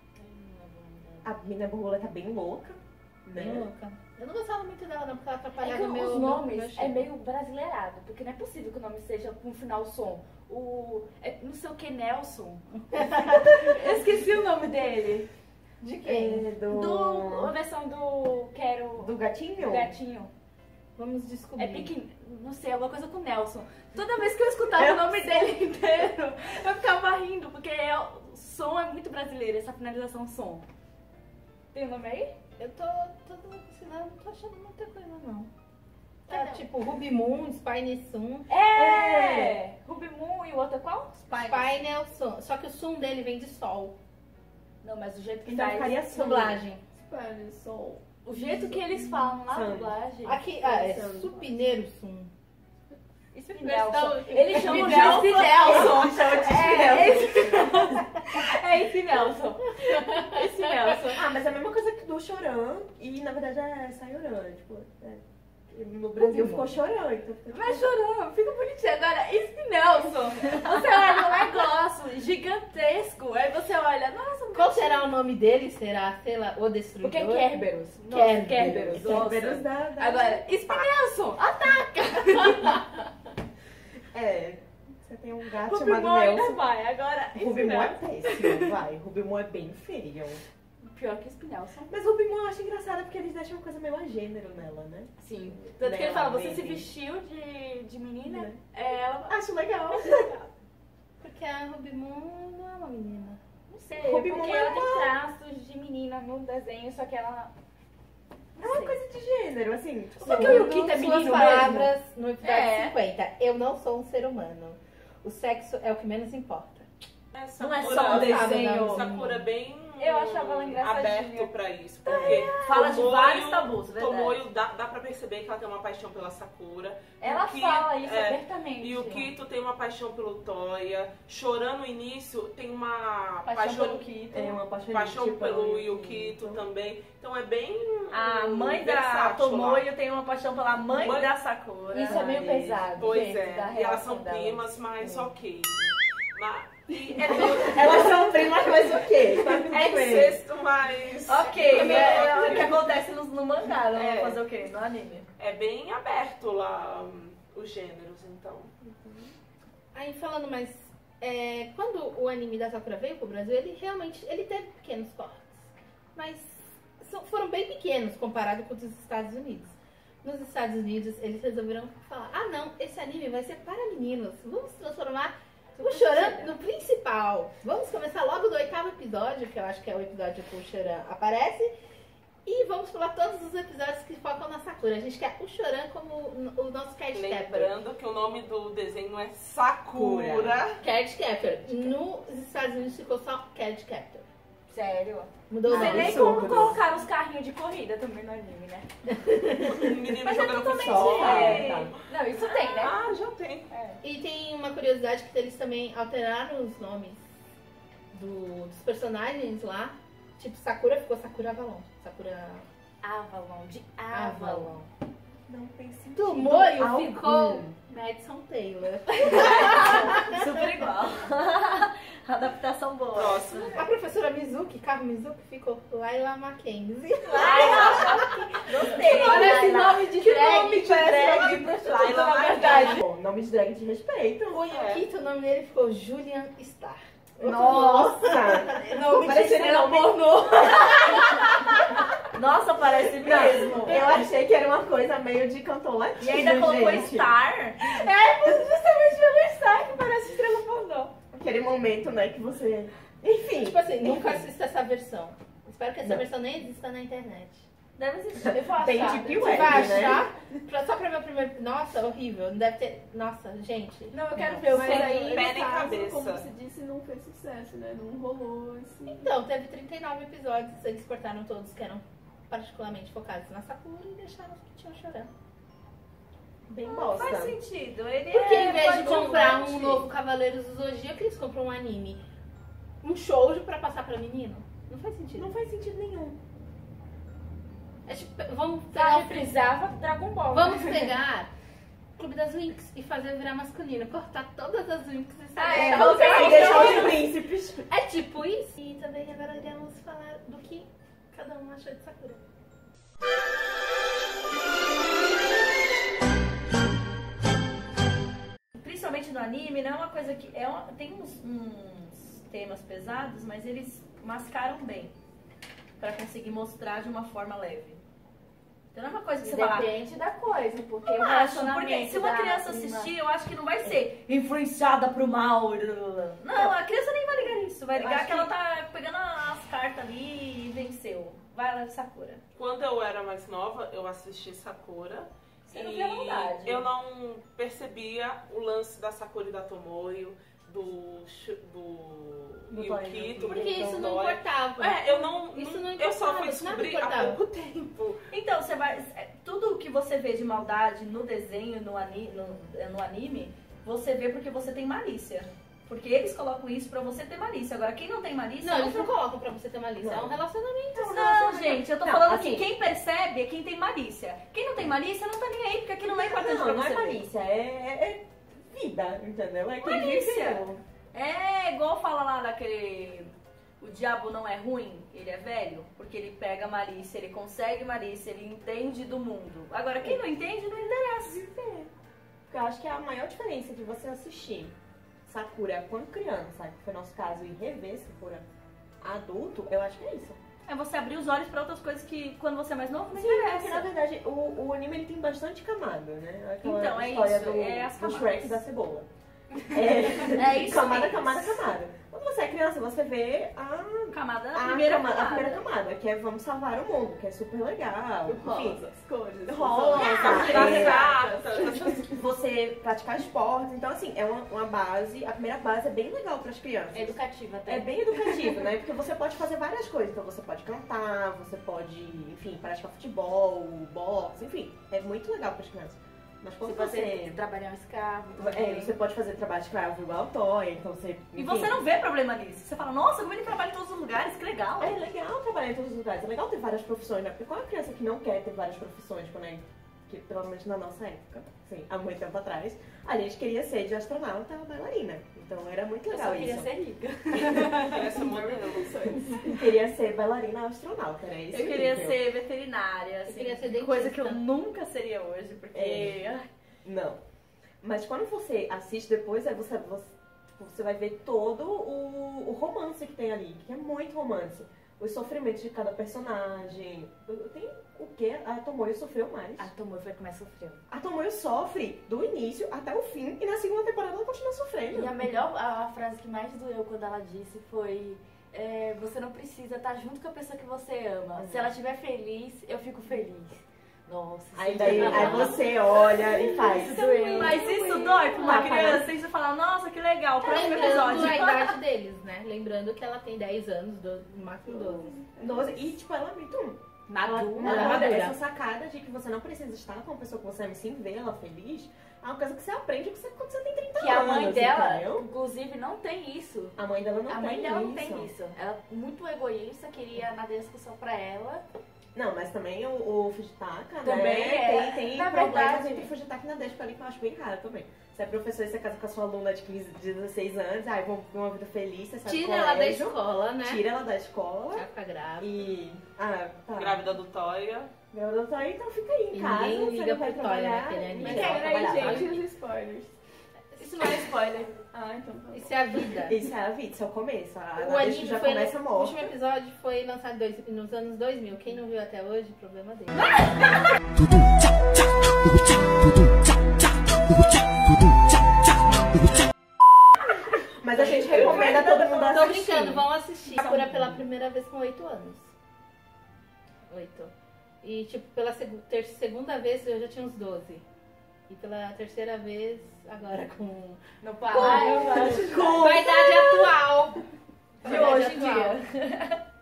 Speaker 2: A menina borboleta tá bem louca, né?
Speaker 3: Bem louca. Eu não gostava muito dela, não, porque ela
Speaker 7: É
Speaker 3: atrapalhava
Speaker 7: que
Speaker 3: o meu.
Speaker 7: os
Speaker 3: meu-
Speaker 7: nomes
Speaker 3: meu
Speaker 7: é
Speaker 3: cheiro.
Speaker 7: meio brasileirado, porque não é possível que o nome seja com um final som. O. é não sei o que Nelson. Eu esqueci o nome dele.
Speaker 3: De quem?
Speaker 2: É, do...
Speaker 7: Do. A versão do Quero.
Speaker 2: do gatinho?
Speaker 7: do gatinho.
Speaker 3: Vamos descobrir.
Speaker 7: É pique. Não sei, alguma coisa com Nelson. Toda vez que eu escutava o nome dele inteiro, eu ficava rindo, porque é- o som é muito brasileiro, essa finalização som. Tem o nome aí?
Speaker 3: Eu tô, tô pesquisando, não tô achando muita coisa, não. Tá,
Speaker 7: Tá, não.
Speaker 3: tipo Ruby Moon, Spine Sun,
Speaker 7: É! Ruby Moon e o outro é qual?
Speaker 3: Spine é o Sun. Só que o Sun dele vem de sol. é
Speaker 7: Não, mas o jeito que
Speaker 1: tá,
Speaker 2: Então
Speaker 7: faz.
Speaker 2: ficaria só.
Speaker 3: Dublagem.
Speaker 7: O jeito que eles falam na
Speaker 2: Samba.
Speaker 7: dublagem.
Speaker 3: Aqui, ah, é
Speaker 2: Sun.
Speaker 3: Supineiro Sun.
Speaker 7: Nelson. Ele chama o
Speaker 1: Nelson.
Speaker 7: Nelson. Nelson.
Speaker 2: É,
Speaker 7: É esse Nelson. Esse Nelson.
Speaker 2: Ah, mas é a mesma coisa que do Choran e na verdade é Sayoran, tipo, é. No Brasil ficou chorando. Então ficou
Speaker 7: Mas chorou, fica bonitinho. Agora, isso que Nelson, você olha um negócio gigantesco, aí você olha, nossa,
Speaker 3: Qual será o nome dele? Será, sei lá, o destruidor?
Speaker 7: Porque é Kerberos. Nossa,
Speaker 3: Kerberos.
Speaker 7: Kerberos. nossa.
Speaker 2: Kerberos da, da-
Speaker 7: Agora, Espinelson, ataca
Speaker 2: É. Você tem um gato
Speaker 7: o
Speaker 2: chamado
Speaker 7: Bimon ainda
Speaker 2: Nelson.
Speaker 7: vai. Agora,
Speaker 2: Rubimon é
Speaker 7: Espinelson.
Speaker 2: péssimo, vai. Rubimon é bem feio.
Speaker 7: Pior que Espinelson.
Speaker 2: Mas Rubimon eu acho engraçado porque eles deixam uma coisa meio a gênero nela, né?
Speaker 7: Sim. Tanto que ele
Speaker 2: Legal,
Speaker 7: fala, você
Speaker 2: baby.
Speaker 7: se vestiu de, de menina,
Speaker 2: Né?
Speaker 7: é, ela...
Speaker 2: Acho legal.
Speaker 3: Porque a Ruby Moon não é uma menina.
Speaker 7: Não sei,
Speaker 2: Rubimon
Speaker 7: porque
Speaker 2: é
Speaker 7: ela tem traços de menina no desenho, só que ela...
Speaker 2: É uma coisa de gênero, assim. Tipo,
Speaker 7: Só que
Speaker 2: eu
Speaker 7: o Yukita é
Speaker 3: Suas
Speaker 7: menino
Speaker 3: palavras no episódio
Speaker 7: É.
Speaker 3: 50. Eu não sou um ser humano. O sexo é o que menos importa.
Speaker 5: Essa
Speaker 7: Não é
Speaker 5: cura-
Speaker 7: só um
Speaker 3: desenho.
Speaker 5: Sakura é bem
Speaker 7: Eu achava ela engraçadinha.
Speaker 5: aberto pra isso. Porque
Speaker 1: Fala de
Speaker 5: Tomoyo-
Speaker 1: vários tabus, verdade.
Speaker 5: Tomoyo dá, dá pra perceber que ela tem uma paixão pela Sakura.
Speaker 7: Ela
Speaker 5: O Ki-
Speaker 7: fala isso
Speaker 5: é,
Speaker 7: abertamente.
Speaker 5: E o Kito tem uma paixão pelo Toya. Chorando no início, tem uma é,
Speaker 7: Paixão pelo Kito.
Speaker 2: Tem uma paixão,
Speaker 5: paixão
Speaker 2: tipo,
Speaker 5: pelo
Speaker 2: assim,
Speaker 5: Yukito também. Então é bem.
Speaker 1: A mãe da
Speaker 5: versátil lá.
Speaker 1: Tomoyo tem uma paixão pela mãe,
Speaker 5: Mãe-
Speaker 1: da Sakura.
Speaker 7: Isso é meio
Speaker 2: Ai,
Speaker 7: pesado.
Speaker 5: Pois
Speaker 7: gente, da
Speaker 5: é. E elas
Speaker 7: relação
Speaker 5: são
Speaker 7: delas.
Speaker 5: primas, mas ok. Mas, e
Speaker 2: Elas são primas, mas o quê? Tá tudo
Speaker 5: é
Speaker 2: bem.
Speaker 5: incesto, mas.
Speaker 1: Ok,
Speaker 5: Também
Speaker 1: é,
Speaker 5: é
Speaker 1: é o que acontece no, no mangá, não
Speaker 5: É.
Speaker 1: fazer o quê? No anime.
Speaker 5: É bem aberto lá hum, os gêneros, então.
Speaker 3: Aí falando mais, é, quando o anime da Sakura veio pro Brasil, ele realmente ele teve pequenos cortes, mas são- foram bem pequenos comparado com os dos Estados Unidos. Nos Estados Unidos eles resolveram falar, ah não, esse anime vai ser para meninos, vamos transformar o Choran no principal. Vamos começar logo do oitavo episódio, que eu acho que é o episódio que o Choran aparece. E vamos pular todos os episódios que focam na Sakura. A gente quer o Choran como o o nosso Cat Captor.
Speaker 5: Lembrando que o nome do desenho é Sakura.
Speaker 3: Cat Captor. Nos Estados Unidos ficou só Cat Captor.
Speaker 7: Sério.
Speaker 3: Mudou
Speaker 7: Não
Speaker 3: o
Speaker 7: sei
Speaker 3: nome.
Speaker 7: nem
Speaker 2: absurdo.
Speaker 7: como colocar os carrinhos de corrida também no anime, né?
Speaker 5: Um menino
Speaker 7: Mas é
Speaker 5: jogando
Speaker 7: totalmente
Speaker 5: futebol.
Speaker 2: é.
Speaker 7: Não, isso tem, né?
Speaker 5: Ah, já tem.
Speaker 3: E tem uma curiosidade que eles também alteraram os nomes do- dos personagens lá. Tipo, Sakura ficou Sakura Avalon. Sakura
Speaker 7: Avalon, de Avalon.
Speaker 3: Avalon.
Speaker 2: Não tem sentido.
Speaker 3: Do Moio
Speaker 2: algum.
Speaker 3: ficou Madison Taylor.
Speaker 1: Super igual. Adaptação boa.
Speaker 5: Próximo.
Speaker 3: A professora Mizuki, Carro Mizuki, ficou Laila Mackenzie.
Speaker 1: Gostei.
Speaker 3: Olha esse nome de drag.
Speaker 2: Nome de
Speaker 3: parece
Speaker 2: drag.
Speaker 3: uma prostituta, na verdade.
Speaker 2: Bom, nome de drag de respeito.
Speaker 3: O Yukito, então o nome dele ficou Julian Star.
Speaker 2: Nossa!
Speaker 3: Não,
Speaker 2: Parecia nome...
Speaker 1: Nossa, parece mesmo.
Speaker 2: Eu achei que era uma coisa meio de cantor latino,
Speaker 1: E ainda colocou
Speaker 2: gente.
Speaker 1: Star.
Speaker 2: Aquele momento, né, que você... Enfim.
Speaker 3: Tipo assim, nunca assista essa versão. Espero que essa
Speaker 2: Não.
Speaker 3: versão nem exista na internet.
Speaker 1: Deve existir.
Speaker 3: Eu vou achar.
Speaker 2: Tem deep
Speaker 3: Você vai
Speaker 2: web, né?
Speaker 3: achar? Pra- só pra ver o primeiro. Nossa, horrível. Não deve ter. Nossa, gente.
Speaker 7: Não, eu quero ver o
Speaker 5: Mas
Speaker 7: Mas
Speaker 5: aí,
Speaker 7: aí.
Speaker 5: pé nem cabeça.
Speaker 3: Então, teve 39 episódios. Eles cortaram todos que eram particularmente focados na Sakura e deixaram os que tinham chorando.
Speaker 2: Bem
Speaker 1: Faz
Speaker 2: bosta.
Speaker 1: sentido. Ele
Speaker 3: Porque
Speaker 1: é
Speaker 3: em vez de comprar um
Speaker 1: coadjuvante.
Speaker 3: novo Cavaleiros do Zodíaco, eles compram um anime. Um shoujo pra passar pra menino. Não faz sentido.
Speaker 2: Não faz sentido nenhum.
Speaker 3: É tipo, vamos
Speaker 7: Ah,
Speaker 3: pegar
Speaker 7: eu frisava Dragon Ball. né?
Speaker 3: Vamos pegar Clube das Winx e fazer virar masculino. Cortar todas as Winx e
Speaker 7: Ah,
Speaker 3: sair.
Speaker 7: é,
Speaker 3: Então,
Speaker 7: colocar
Speaker 2: E deixar os príncipes.
Speaker 3: é tipo isso. E também agora iremos falar do que cada um achou de Sakura.
Speaker 1: Principalmente no anime, não é uma coisa que. É uma- tem uns, uns temas pesados, mas eles mascaram bem. Pra conseguir mostrar de uma forma leve. Então não é uma coisa que você fala.
Speaker 7: Depende da coisa, porque
Speaker 1: Eu
Speaker 7: o
Speaker 1: acho,
Speaker 7: relacionamento
Speaker 1: porque se uma
Speaker 7: da
Speaker 1: criança
Speaker 7: prima-
Speaker 1: assistir, eu acho que não vai ser influenciada pro mal. blá, blá, blá. Não, a criança nem vai ligar isso. Vai
Speaker 2: Eu
Speaker 1: ligar
Speaker 2: acho
Speaker 1: que, ela tá pegando as cartas ali e venceu. Vai lá, Sakura.
Speaker 5: Quando eu era mais nova, eu assisti Sakura.
Speaker 7: Você
Speaker 5: e
Speaker 7: não via maldade.
Speaker 5: eu não percebia o lance da Sakura e da Tomoyo, do, Shu- do,
Speaker 2: Do Toya.
Speaker 5: Yukito.
Speaker 3: Porque isso não
Speaker 5: Toya.
Speaker 3: importava.
Speaker 5: É, eu não.
Speaker 3: Isso
Speaker 5: não-
Speaker 3: não
Speaker 5: eu só
Speaker 3: importava,
Speaker 5: fui
Speaker 3: isso nada
Speaker 5: descobrir há
Speaker 3: importava.
Speaker 5: pouco tempo.
Speaker 1: Então, você vai. é, Tudo que você vê de eh, maldade no desenho, no, ani, no, no anime, você vê porque você tem malícia. Porque eles colocam isso pra você ter malícia. Agora, quem não tem malícia...
Speaker 3: Não, eles não colocam pra você ter malícia. É um relacionamento.
Speaker 1: Não, não, gente, eu tô
Speaker 9: Não,
Speaker 1: falando
Speaker 9: assim-
Speaker 1: que quem percebe é quem tem malícia. Quem não tem malícia não tá nem aí, porque aquilo não é importante
Speaker 9: não,
Speaker 1: pra
Speaker 9: não
Speaker 1: você.
Speaker 9: é
Speaker 1: ver.
Speaker 9: malícia, é, é- é vida, entendeu? É quem
Speaker 1: Malícia.
Speaker 9: viveu.
Speaker 1: É igual fala lá naquele. O diabo não é ruim, ele é velho, porque ele pega malícia, ele consegue malícia, ele entende do mundo. Agora, quem não entende, não interessa.
Speaker 9: Porque eu acho que é a maior diferença de você assistir Sakura quando criança, que foi nosso caso, e rever Sakura adulto, eu acho que é isso.
Speaker 1: É você abrir os olhos pra outras coisas que quando você é mais novo, não
Speaker 9: Porque, na
Speaker 1: interessa.
Speaker 9: verdade, o, o anime ele tem bastante camada, né? Aquela
Speaker 1: Então, é
Speaker 9: história
Speaker 1: isso,
Speaker 9: do,
Speaker 1: é as
Speaker 9: do
Speaker 1: camadas.
Speaker 9: Shrek da cebola. É,
Speaker 1: É isso
Speaker 9: camada,
Speaker 1: mesmo.
Speaker 9: camada, camada. Quando você é criança, você vê a,
Speaker 1: Camada,
Speaker 9: a
Speaker 1: primeira
Speaker 9: Ah, camada,
Speaker 1: camada.
Speaker 9: a primeira camada, que é vamos salvar o mundo, que é super legal. Enfim,
Speaker 7: as coisas.
Speaker 9: rosa,
Speaker 5: Tirar
Speaker 9: é.
Speaker 5: cartas, essas
Speaker 9: você praticar esportes. Então, assim, é uma, uma base. A primeira base é bem legal para as crianças.
Speaker 3: É educativa até.
Speaker 9: É bem educativo, né? Porque você pode fazer várias coisas. Então, você pode cantar, você pode, enfim, praticar futebol, boxe, enfim. É muito legal para as crianças. Mas quando
Speaker 7: Se
Speaker 9: você.
Speaker 7: você trabalhar um escravo.
Speaker 9: É, você pode fazer trabalho de escravo igual Toy, então você.
Speaker 1: E
Speaker 9: enfim.
Speaker 1: você não vê problema nisso. Você fala, nossa, como ele trabalha em todos os lugares, que legal.
Speaker 9: É legal trabalhar em todos os lugares, é legal ter várias profissões, né? Porque qual é a criança que não quer ter várias profissões, tipo, né? Que, pelo menos na nossa época, assim, há muito tempo atrás, a gente queria ser de astronauta ou bailarina. Então era muito
Speaker 7: Eu só
Speaker 9: legal
Speaker 7: queria
Speaker 9: isso.
Speaker 7: ser rica.
Speaker 5: crianças modelos.
Speaker 9: Eu queria ser bailarina ou astronauta, né? Isso
Speaker 1: Eu queria
Speaker 9: incrível.
Speaker 1: ser veterinária, assim,
Speaker 3: queria ser
Speaker 1: coisa que
Speaker 3: dentista.
Speaker 1: eu nunca seria hoje, porque
Speaker 9: É.
Speaker 1: ai,
Speaker 9: Não. Mas quando você assiste depois, aí você, você, tipo, você vai ver todo o, o romance que tem ali, que é muito romance. Os sofrimentos de cada personagem. Tem o que a Tomoyo sofreu mais.
Speaker 1: Ah,
Speaker 7: A Tomoe foi a que mais sofreu.
Speaker 9: A Tomoyo sofre do início até o fim e na segunda temporada ela continua sofrendo.
Speaker 7: E a melhor, a, a frase que mais doeu quando ela disse foi: é, Você não precisa estar junto com a pessoa que você ama. Se ela estiver feliz, eu fico feliz. Nossa.
Speaker 9: Aí,
Speaker 7: isso
Speaker 9: daí,
Speaker 7: doeu.
Speaker 9: aí você olha e faz.
Speaker 7: Isso doeu.
Speaker 1: Mas isso dói pra uma
Speaker 9: Ah,
Speaker 1: criança e você fala, nossa, que legal,
Speaker 3: Tá
Speaker 1: próximo
Speaker 3: Lembrando a
Speaker 1: episódio.
Speaker 3: idade deles, né? Lembrando que ela tem 10 anos, 12, no máximo 12.
Speaker 9: Nossa, e tipo, ela é muito
Speaker 7: Madura.
Speaker 9: ela-
Speaker 3: madura.
Speaker 9: Essa sacada de que você não precisa estar com uma pessoa que você ama e sim vê ela feliz é uma coisa que você aprende que você- quando você tem 30
Speaker 7: Que a
Speaker 9: anos.
Speaker 7: mãe dela,
Speaker 9: entendeu?
Speaker 7: inclusive, não tem isso.
Speaker 9: A mãe dela não
Speaker 7: a
Speaker 9: tem
Speaker 7: mãe dela
Speaker 9: isso.
Speaker 7: não tem isso. Ela é muito egoísta, queria na discussão pra ela.
Speaker 9: Não, mas também o, o Fujitaka,
Speaker 7: Também
Speaker 9: né?
Speaker 7: é.
Speaker 9: Tem, tem
Speaker 7: Na
Speaker 9: problemas
Speaker 7: verdade-
Speaker 9: entre Fujitaka e Nadeshiko ali que eu acho bem raro também. Você é professor e você casa com a sua aluna de 15, 16 anos, aí vão viver uma vida feliz, você sai do
Speaker 3: Tira ela da
Speaker 9: colégio,
Speaker 3: escola, né?
Speaker 9: Tira ela da escola.
Speaker 3: Já fica grávida.
Speaker 9: E. Ah, tá.
Speaker 5: Grávida do Toya.
Speaker 9: Grávida tá aí, então fica aí em
Speaker 3: E
Speaker 9: casa.
Speaker 3: ninguém
Speaker 9: você
Speaker 3: liga
Speaker 9: não vai
Speaker 3: pro Toya
Speaker 9: trabalhar.
Speaker 3: naquele anime.
Speaker 9: ninguém
Speaker 3: Mas
Speaker 9: vai
Speaker 3: era
Speaker 9: trabalhar.
Speaker 3: aí, gente.
Speaker 7: os spoilers. Isso não é spoiler. Ah, então tá.
Speaker 3: Isso é a vida.
Speaker 9: Isso é a vida, isso é o começo. A
Speaker 3: O
Speaker 9: Nadeshiko
Speaker 3: anime
Speaker 9: já
Speaker 3: foi
Speaker 9: começa
Speaker 3: o último
Speaker 9: morta.
Speaker 3: episódio foi lançado em dois- nos anos 2000. Quem não viu até hoje, problema dele.
Speaker 9: Mas a gente recomenda todo mundo
Speaker 3: Tô
Speaker 9: assistir.
Speaker 3: brincando, vão assistir. Sakura pela primeira vez com 8 anos. 8. E tipo, pela segu- ter- segunda vez eu já tinha uns 12. E pela terceira vez, agora com.
Speaker 7: Não
Speaker 3: Ah,
Speaker 7: para.
Speaker 3: Com a idade atual!
Speaker 7: De
Speaker 3: Com a idade
Speaker 7: hoje em
Speaker 3: atual.
Speaker 7: dia.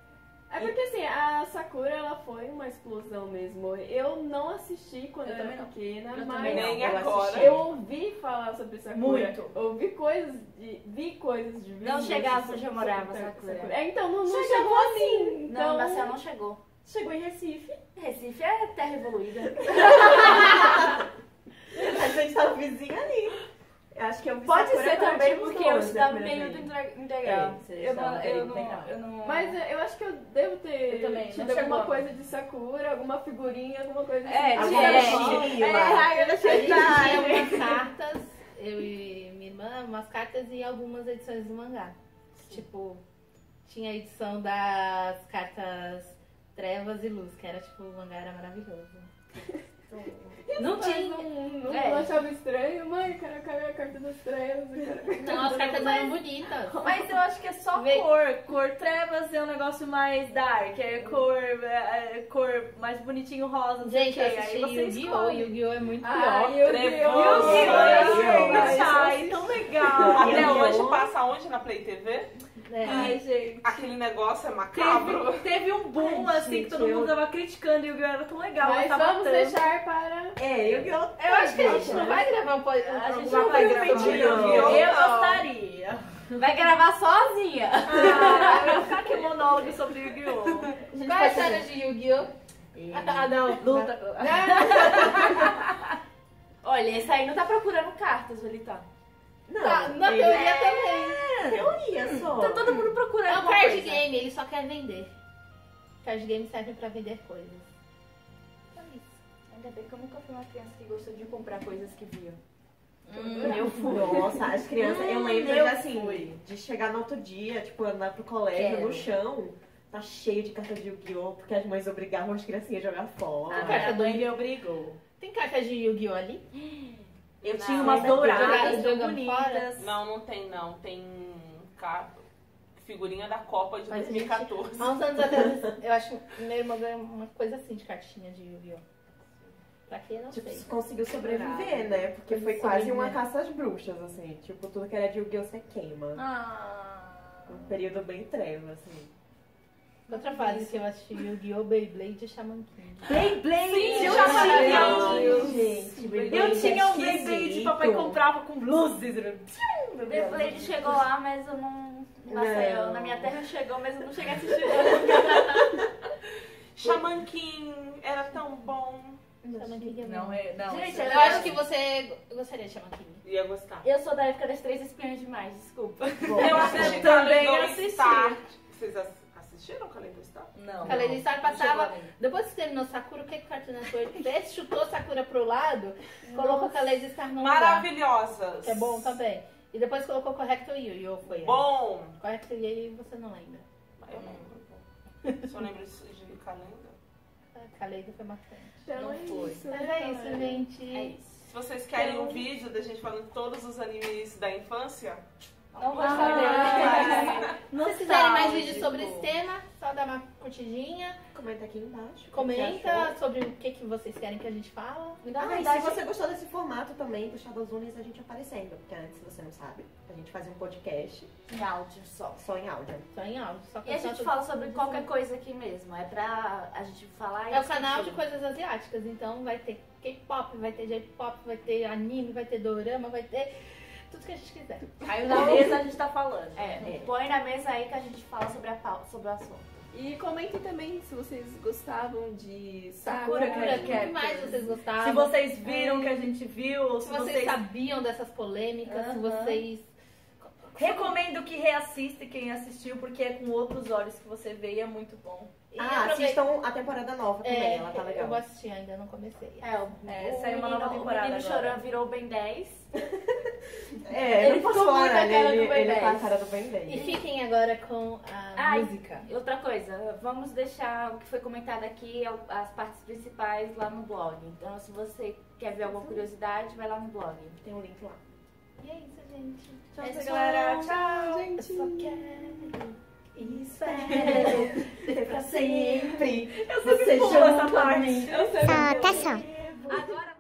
Speaker 2: É porque assim, a Sakura ela foi uma explosão mesmo. Eu não assisti quando
Speaker 1: Eu
Speaker 2: eu
Speaker 1: também
Speaker 2: era
Speaker 1: não.
Speaker 2: pequena,
Speaker 1: Eu também
Speaker 2: mas
Speaker 1: não.
Speaker 5: Nem
Speaker 9: eu
Speaker 5: agora.
Speaker 9: assisti.
Speaker 2: eu ouvi falar sobre Sakura.
Speaker 1: Muito.
Speaker 2: Ouvi coisas de. Vi coisas de vídeos
Speaker 7: chegava
Speaker 2: sobre
Speaker 7: onde eu morava, Sakura.
Speaker 2: É, então não, não
Speaker 7: Chegou
Speaker 2: chegou assim.
Speaker 7: Não,
Speaker 2: Então,
Speaker 7: Marcel não chegou.
Speaker 9: Chegou em Recife,
Speaker 7: Recife é terra evoluída.
Speaker 9: a gente tava vizinha ali. Eu Acho que é eu vi
Speaker 2: Pode
Speaker 9: Sakura
Speaker 2: ser
Speaker 9: quando
Speaker 2: também
Speaker 9: tinha uns
Speaker 2: porque eu
Speaker 9: 12 da
Speaker 2: estava em
Speaker 9: primeira
Speaker 2: período
Speaker 9: vez.
Speaker 2: intra- integral.
Speaker 9: É, você
Speaker 1: Eu
Speaker 9: estava
Speaker 1: não,
Speaker 9: em período
Speaker 1: eu não,
Speaker 9: integral.
Speaker 1: eu não.
Speaker 2: Mas eu acho que eu devo ter
Speaker 1: Eu também, não
Speaker 2: tido
Speaker 1: chegou.
Speaker 2: alguma coisa de Sakura, alguma figurinha, alguma coisa
Speaker 1: É,
Speaker 2: assim.
Speaker 9: Agora
Speaker 1: É,
Speaker 9: Chile,
Speaker 2: É,
Speaker 9: lá.
Speaker 2: ai, eu não
Speaker 3: A gente
Speaker 2: sei.
Speaker 3: tinha umas cartas, eu e minha irmã, umas cartas e algumas edições do mangá. Tipo, tinha a edição das cartas Trevas e Luz, que era tipo, o mangá era maravilhoso.
Speaker 7: Então,
Speaker 3: Não
Speaker 2: Mas
Speaker 3: tinha.
Speaker 2: Não, não
Speaker 3: É.
Speaker 2: achava estranho, mãe, quero cair a carta das trevas. eu quero-
Speaker 3: Não, as cartas eram bonitas.
Speaker 1: Mas eu acho que é só
Speaker 3: Vê-
Speaker 1: cor. Cor trevas é um negócio mais dark. É cor, é, é cor mais bonitinho rosa. não sei
Speaker 3: Gente,
Speaker 1: o
Speaker 3: eu
Speaker 1: quê.
Speaker 3: assisti
Speaker 1: Aí você
Speaker 3: Yu-Gi-Oh!
Speaker 1: escolhe.
Speaker 3: Yu-Gi-Oh! é muito
Speaker 2: Ah,
Speaker 3: pior.
Speaker 2: eu
Speaker 5: Trevoso.
Speaker 1: Ai,
Speaker 9: Mas
Speaker 1: Sai, tão legal.
Speaker 9: E
Speaker 5: Até
Speaker 9: eu-
Speaker 5: hoje passa onde na Play TV?
Speaker 3: É.
Speaker 1: Ai, gente.
Speaker 5: Aquele negócio é macabro.
Speaker 1: Teve, teve um boom
Speaker 9: Ai,
Speaker 1: assim que
Speaker 9: gente,
Speaker 1: todo mundo
Speaker 9: eu-
Speaker 1: tava criticando e o Yu-Gi-Oh! era tão legal.
Speaker 2: Mas
Speaker 1: tava
Speaker 2: vamos
Speaker 1: tanto.
Speaker 2: deixar para.
Speaker 9: É, eu vi outra.
Speaker 3: Eu acho que a gente não vai gravar um podcast.
Speaker 1: A gente
Speaker 9: Não
Speaker 1: não vai
Speaker 9: vai
Speaker 1: gravar.
Speaker 9: mentir, não.
Speaker 1: Eu gostaria.
Speaker 7: Vai gravar sozinha.
Speaker 10: Ah, eu vou ficar aqui monólogo sobre Yu-Gi-Oh!
Speaker 3: Qual é a história de Yu-Gi-Oh?
Speaker 7: Ah, não. Luta. Olha, esse aí não tá procurando cartas, ele tá.
Speaker 9: Não,
Speaker 3: Tá, na
Speaker 9: ele-
Speaker 3: teoria também.
Speaker 9: é teoria só.
Speaker 7: Tá todo mundo procurando
Speaker 3: É um
Speaker 7: alguma
Speaker 3: card
Speaker 7: coisa.
Speaker 3: game, ele só quer vender. Card game serve pra vender coisas. Só isso.
Speaker 7: Ainda bem que eu nunca fui uma criança que gostou de comprar coisas que viu.
Speaker 9: Eu fui. Nossa, as crianças, eu lembro
Speaker 7: eu
Speaker 9: de, assim, de chegar no outro dia, tipo, andar pro colégio,
Speaker 7: Quero.
Speaker 9: no chão, tá cheio de cartas de Yu-Gi-Oh! Porque as mães obrigavam as criancinhas a jogar fora.
Speaker 3: Ah, cara.
Speaker 1: Minha mãe me obrigou.
Speaker 3: Tem cartas de Yu-Gi-Oh ali?
Speaker 9: eu
Speaker 1: Não,
Speaker 9: tinha umas
Speaker 1: mas eu
Speaker 3: Ah,
Speaker 9: douradas.
Speaker 3: jogava
Speaker 9: tão
Speaker 3: fora.
Speaker 9: bonitas.
Speaker 5: Não, não tem, não. Tem ca- figurinha da Copa de
Speaker 3: Mas, gente,
Speaker 5: 2014.
Speaker 3: Há uns anos atrás, eu acho que meu irmão ganhou uma coisa assim de cartinha de Yu-Gi-Oh! Pra quê? Não
Speaker 9: Tipo,
Speaker 3: sei.
Speaker 9: conseguiu sobreviver, né? Porque foi
Speaker 3: Sobreviver.
Speaker 9: quase uma caça às bruxas, assim. Tipo, tudo que era de Yu-Gi-Oh! você queima.
Speaker 1: Ah.
Speaker 9: Um período bem treva, assim.
Speaker 3: Outra fase que eu assisti Yu-Gi-Oh! Beyblade e Shaman King.
Speaker 9: Beyblade!
Speaker 1: eu
Speaker 9: Eu
Speaker 1: tinha
Speaker 9: tinha!
Speaker 3: um.
Speaker 9: Gente, Beyblade
Speaker 1: Eu tinha um
Speaker 9: esquisito.
Speaker 1: Beyblade, papai comprava com luzes.
Speaker 7: Depois ele chegou lá, mas eu não. Maceió,
Speaker 9: Não.
Speaker 7: na minha terra chegou, mas eu não cheguei a assistir.
Speaker 5: Shaman King era tão bom.
Speaker 3: Shaman King é
Speaker 1: Não,
Speaker 3: bom.
Speaker 1: é, não.
Speaker 7: Gente,
Speaker 1: isso-
Speaker 7: é-
Speaker 3: Eu acho que você go- gostaria de Shaman King.
Speaker 5: Ia gostar.
Speaker 7: Eu sou da época das três espinhas demais, desculpa.
Speaker 5: Então, Eu assisti
Speaker 1: também
Speaker 5: Calendar
Speaker 1: assisti.
Speaker 5: Star. Vocês ass- assistiram o Calendar Star?
Speaker 1: Não.
Speaker 3: Falei de Star
Speaker 1: Chegou
Speaker 3: passava.
Speaker 1: a mim.
Speaker 3: Depois que terminou Sakura, o que que o Cartoon Network fez? Chutou Sakura pro lado, colocou a Lady Star
Speaker 5: Tá.
Speaker 3: no lugar.
Speaker 5: Maravilhosas.
Speaker 3: Que é bom também. E depois colocou Correcto Yu-Yu, foi ela.
Speaker 5: Bom.
Speaker 3: Correcto Yu-Yu você não lembra.
Speaker 5: Mas Eu não lembro. Só lembro disso de Calendar.
Speaker 3: A Lady Ah, foi marcante.
Speaker 10: Então é
Speaker 1: foi.
Speaker 10: isso.
Speaker 3: Mas
Speaker 10: né,
Speaker 3: é isso,
Speaker 10: galera?
Speaker 3: gente.
Speaker 7: É isso.
Speaker 5: Se vocês querem um vídeo da gente falando todos os animes da infância,
Speaker 7: Não vou
Speaker 3: Ah.
Speaker 7: saber.
Speaker 3: Se quiserem mais vídeos sobre esse tema, só dá uma curtidinha.
Speaker 9: Comenta aqui embaixo. o que você achou.
Speaker 3: Comenta sobre o que, que vocês querem que a gente fala.
Speaker 7: Na
Speaker 9: Ah, e
Speaker 7: verdade,
Speaker 9: se você gostou desse formato também, do Shadows Unis, a gente aparecendo. Porque antes, se você não sabe, a gente faz um podcast
Speaker 7: em áudio só.
Speaker 9: só em áudio.
Speaker 3: Só em áudio. Só assim.
Speaker 7: E a gente
Speaker 3: só-
Speaker 7: fala sobre qualquer coisa aqui mesmo. É pra a gente falar e
Speaker 3: É o canal de
Speaker 7: discutir.
Speaker 3: coisas asiáticas, então vai ter K-pop, vai ter J-pop, vai ter anime, vai ter dorama, vai ter tudo que a gente quiser.
Speaker 1: Caiu na mesa, a gente tá falando.
Speaker 7: É,
Speaker 9: É.
Speaker 7: põe na mesa aí que a gente fala sobre, a pau, sobre o assunto.
Speaker 10: E comentem também se vocês gostavam de
Speaker 3: Ah,
Speaker 1: Sakura
Speaker 10: Sakura.
Speaker 1: Card
Speaker 3: o que
Speaker 1: Captors.
Speaker 3: mais vocês gostaram?
Speaker 1: Ah, Se vocês viram que a gente viu, ou
Speaker 3: Ah, se
Speaker 1: se
Speaker 3: vocês,
Speaker 1: vocês...
Speaker 3: sabiam dessas polêmicas, se
Speaker 1: Aham.
Speaker 3: vocês.
Speaker 1: Recomendo que reassista quem assistiu, porque é com outros olhos que você vê e é muito bom.
Speaker 3: E
Speaker 9: Ah,
Speaker 3: aprovei-
Speaker 9: assistam a temporada nova também,
Speaker 3: É,
Speaker 9: ela tá
Speaker 3: Eu vou
Speaker 9: legal.
Speaker 3: assistir, ainda não comecei.
Speaker 7: É, o,
Speaker 1: É,
Speaker 7: o
Speaker 1: saiu uma
Speaker 7: menino-
Speaker 1: nova temporada
Speaker 7: O menino
Speaker 1: agora.
Speaker 7: chorando virou o Ben 10.
Speaker 9: É,
Speaker 7: Ele
Speaker 9: não ficou
Speaker 7: ficou muito
Speaker 9: fora,
Speaker 7: a
Speaker 9: né?
Speaker 7: cara do
Speaker 9: Ele,
Speaker 7: Ben
Speaker 9: ele tá a
Speaker 7: 10.
Speaker 9: cara do Ben
Speaker 3: E
Speaker 9: 10.
Speaker 3: fiquem agora com a
Speaker 7: Ai.
Speaker 3: música.
Speaker 7: E outra coisa, vamos deixar o que foi comentado aqui, é as partes principais lá no blog. Então, se você quer ver alguma curiosidade, vai lá no blog.
Speaker 9: Tem um link lá.
Speaker 3: E é isso, gente.
Speaker 1: Tchau,
Speaker 7: É isso,
Speaker 1: galera. Tchau.
Speaker 3: Eu só quero. Isso é.
Speaker 9: Pra sempre!
Speaker 1: Eu
Speaker 9: Você
Speaker 1: sempre pulo
Speaker 9: junto
Speaker 1: essa
Speaker 9: a
Speaker 1: parte.
Speaker 9: mim.
Speaker 5: eu sei.
Speaker 4: Anotação.
Speaker 7: Agora...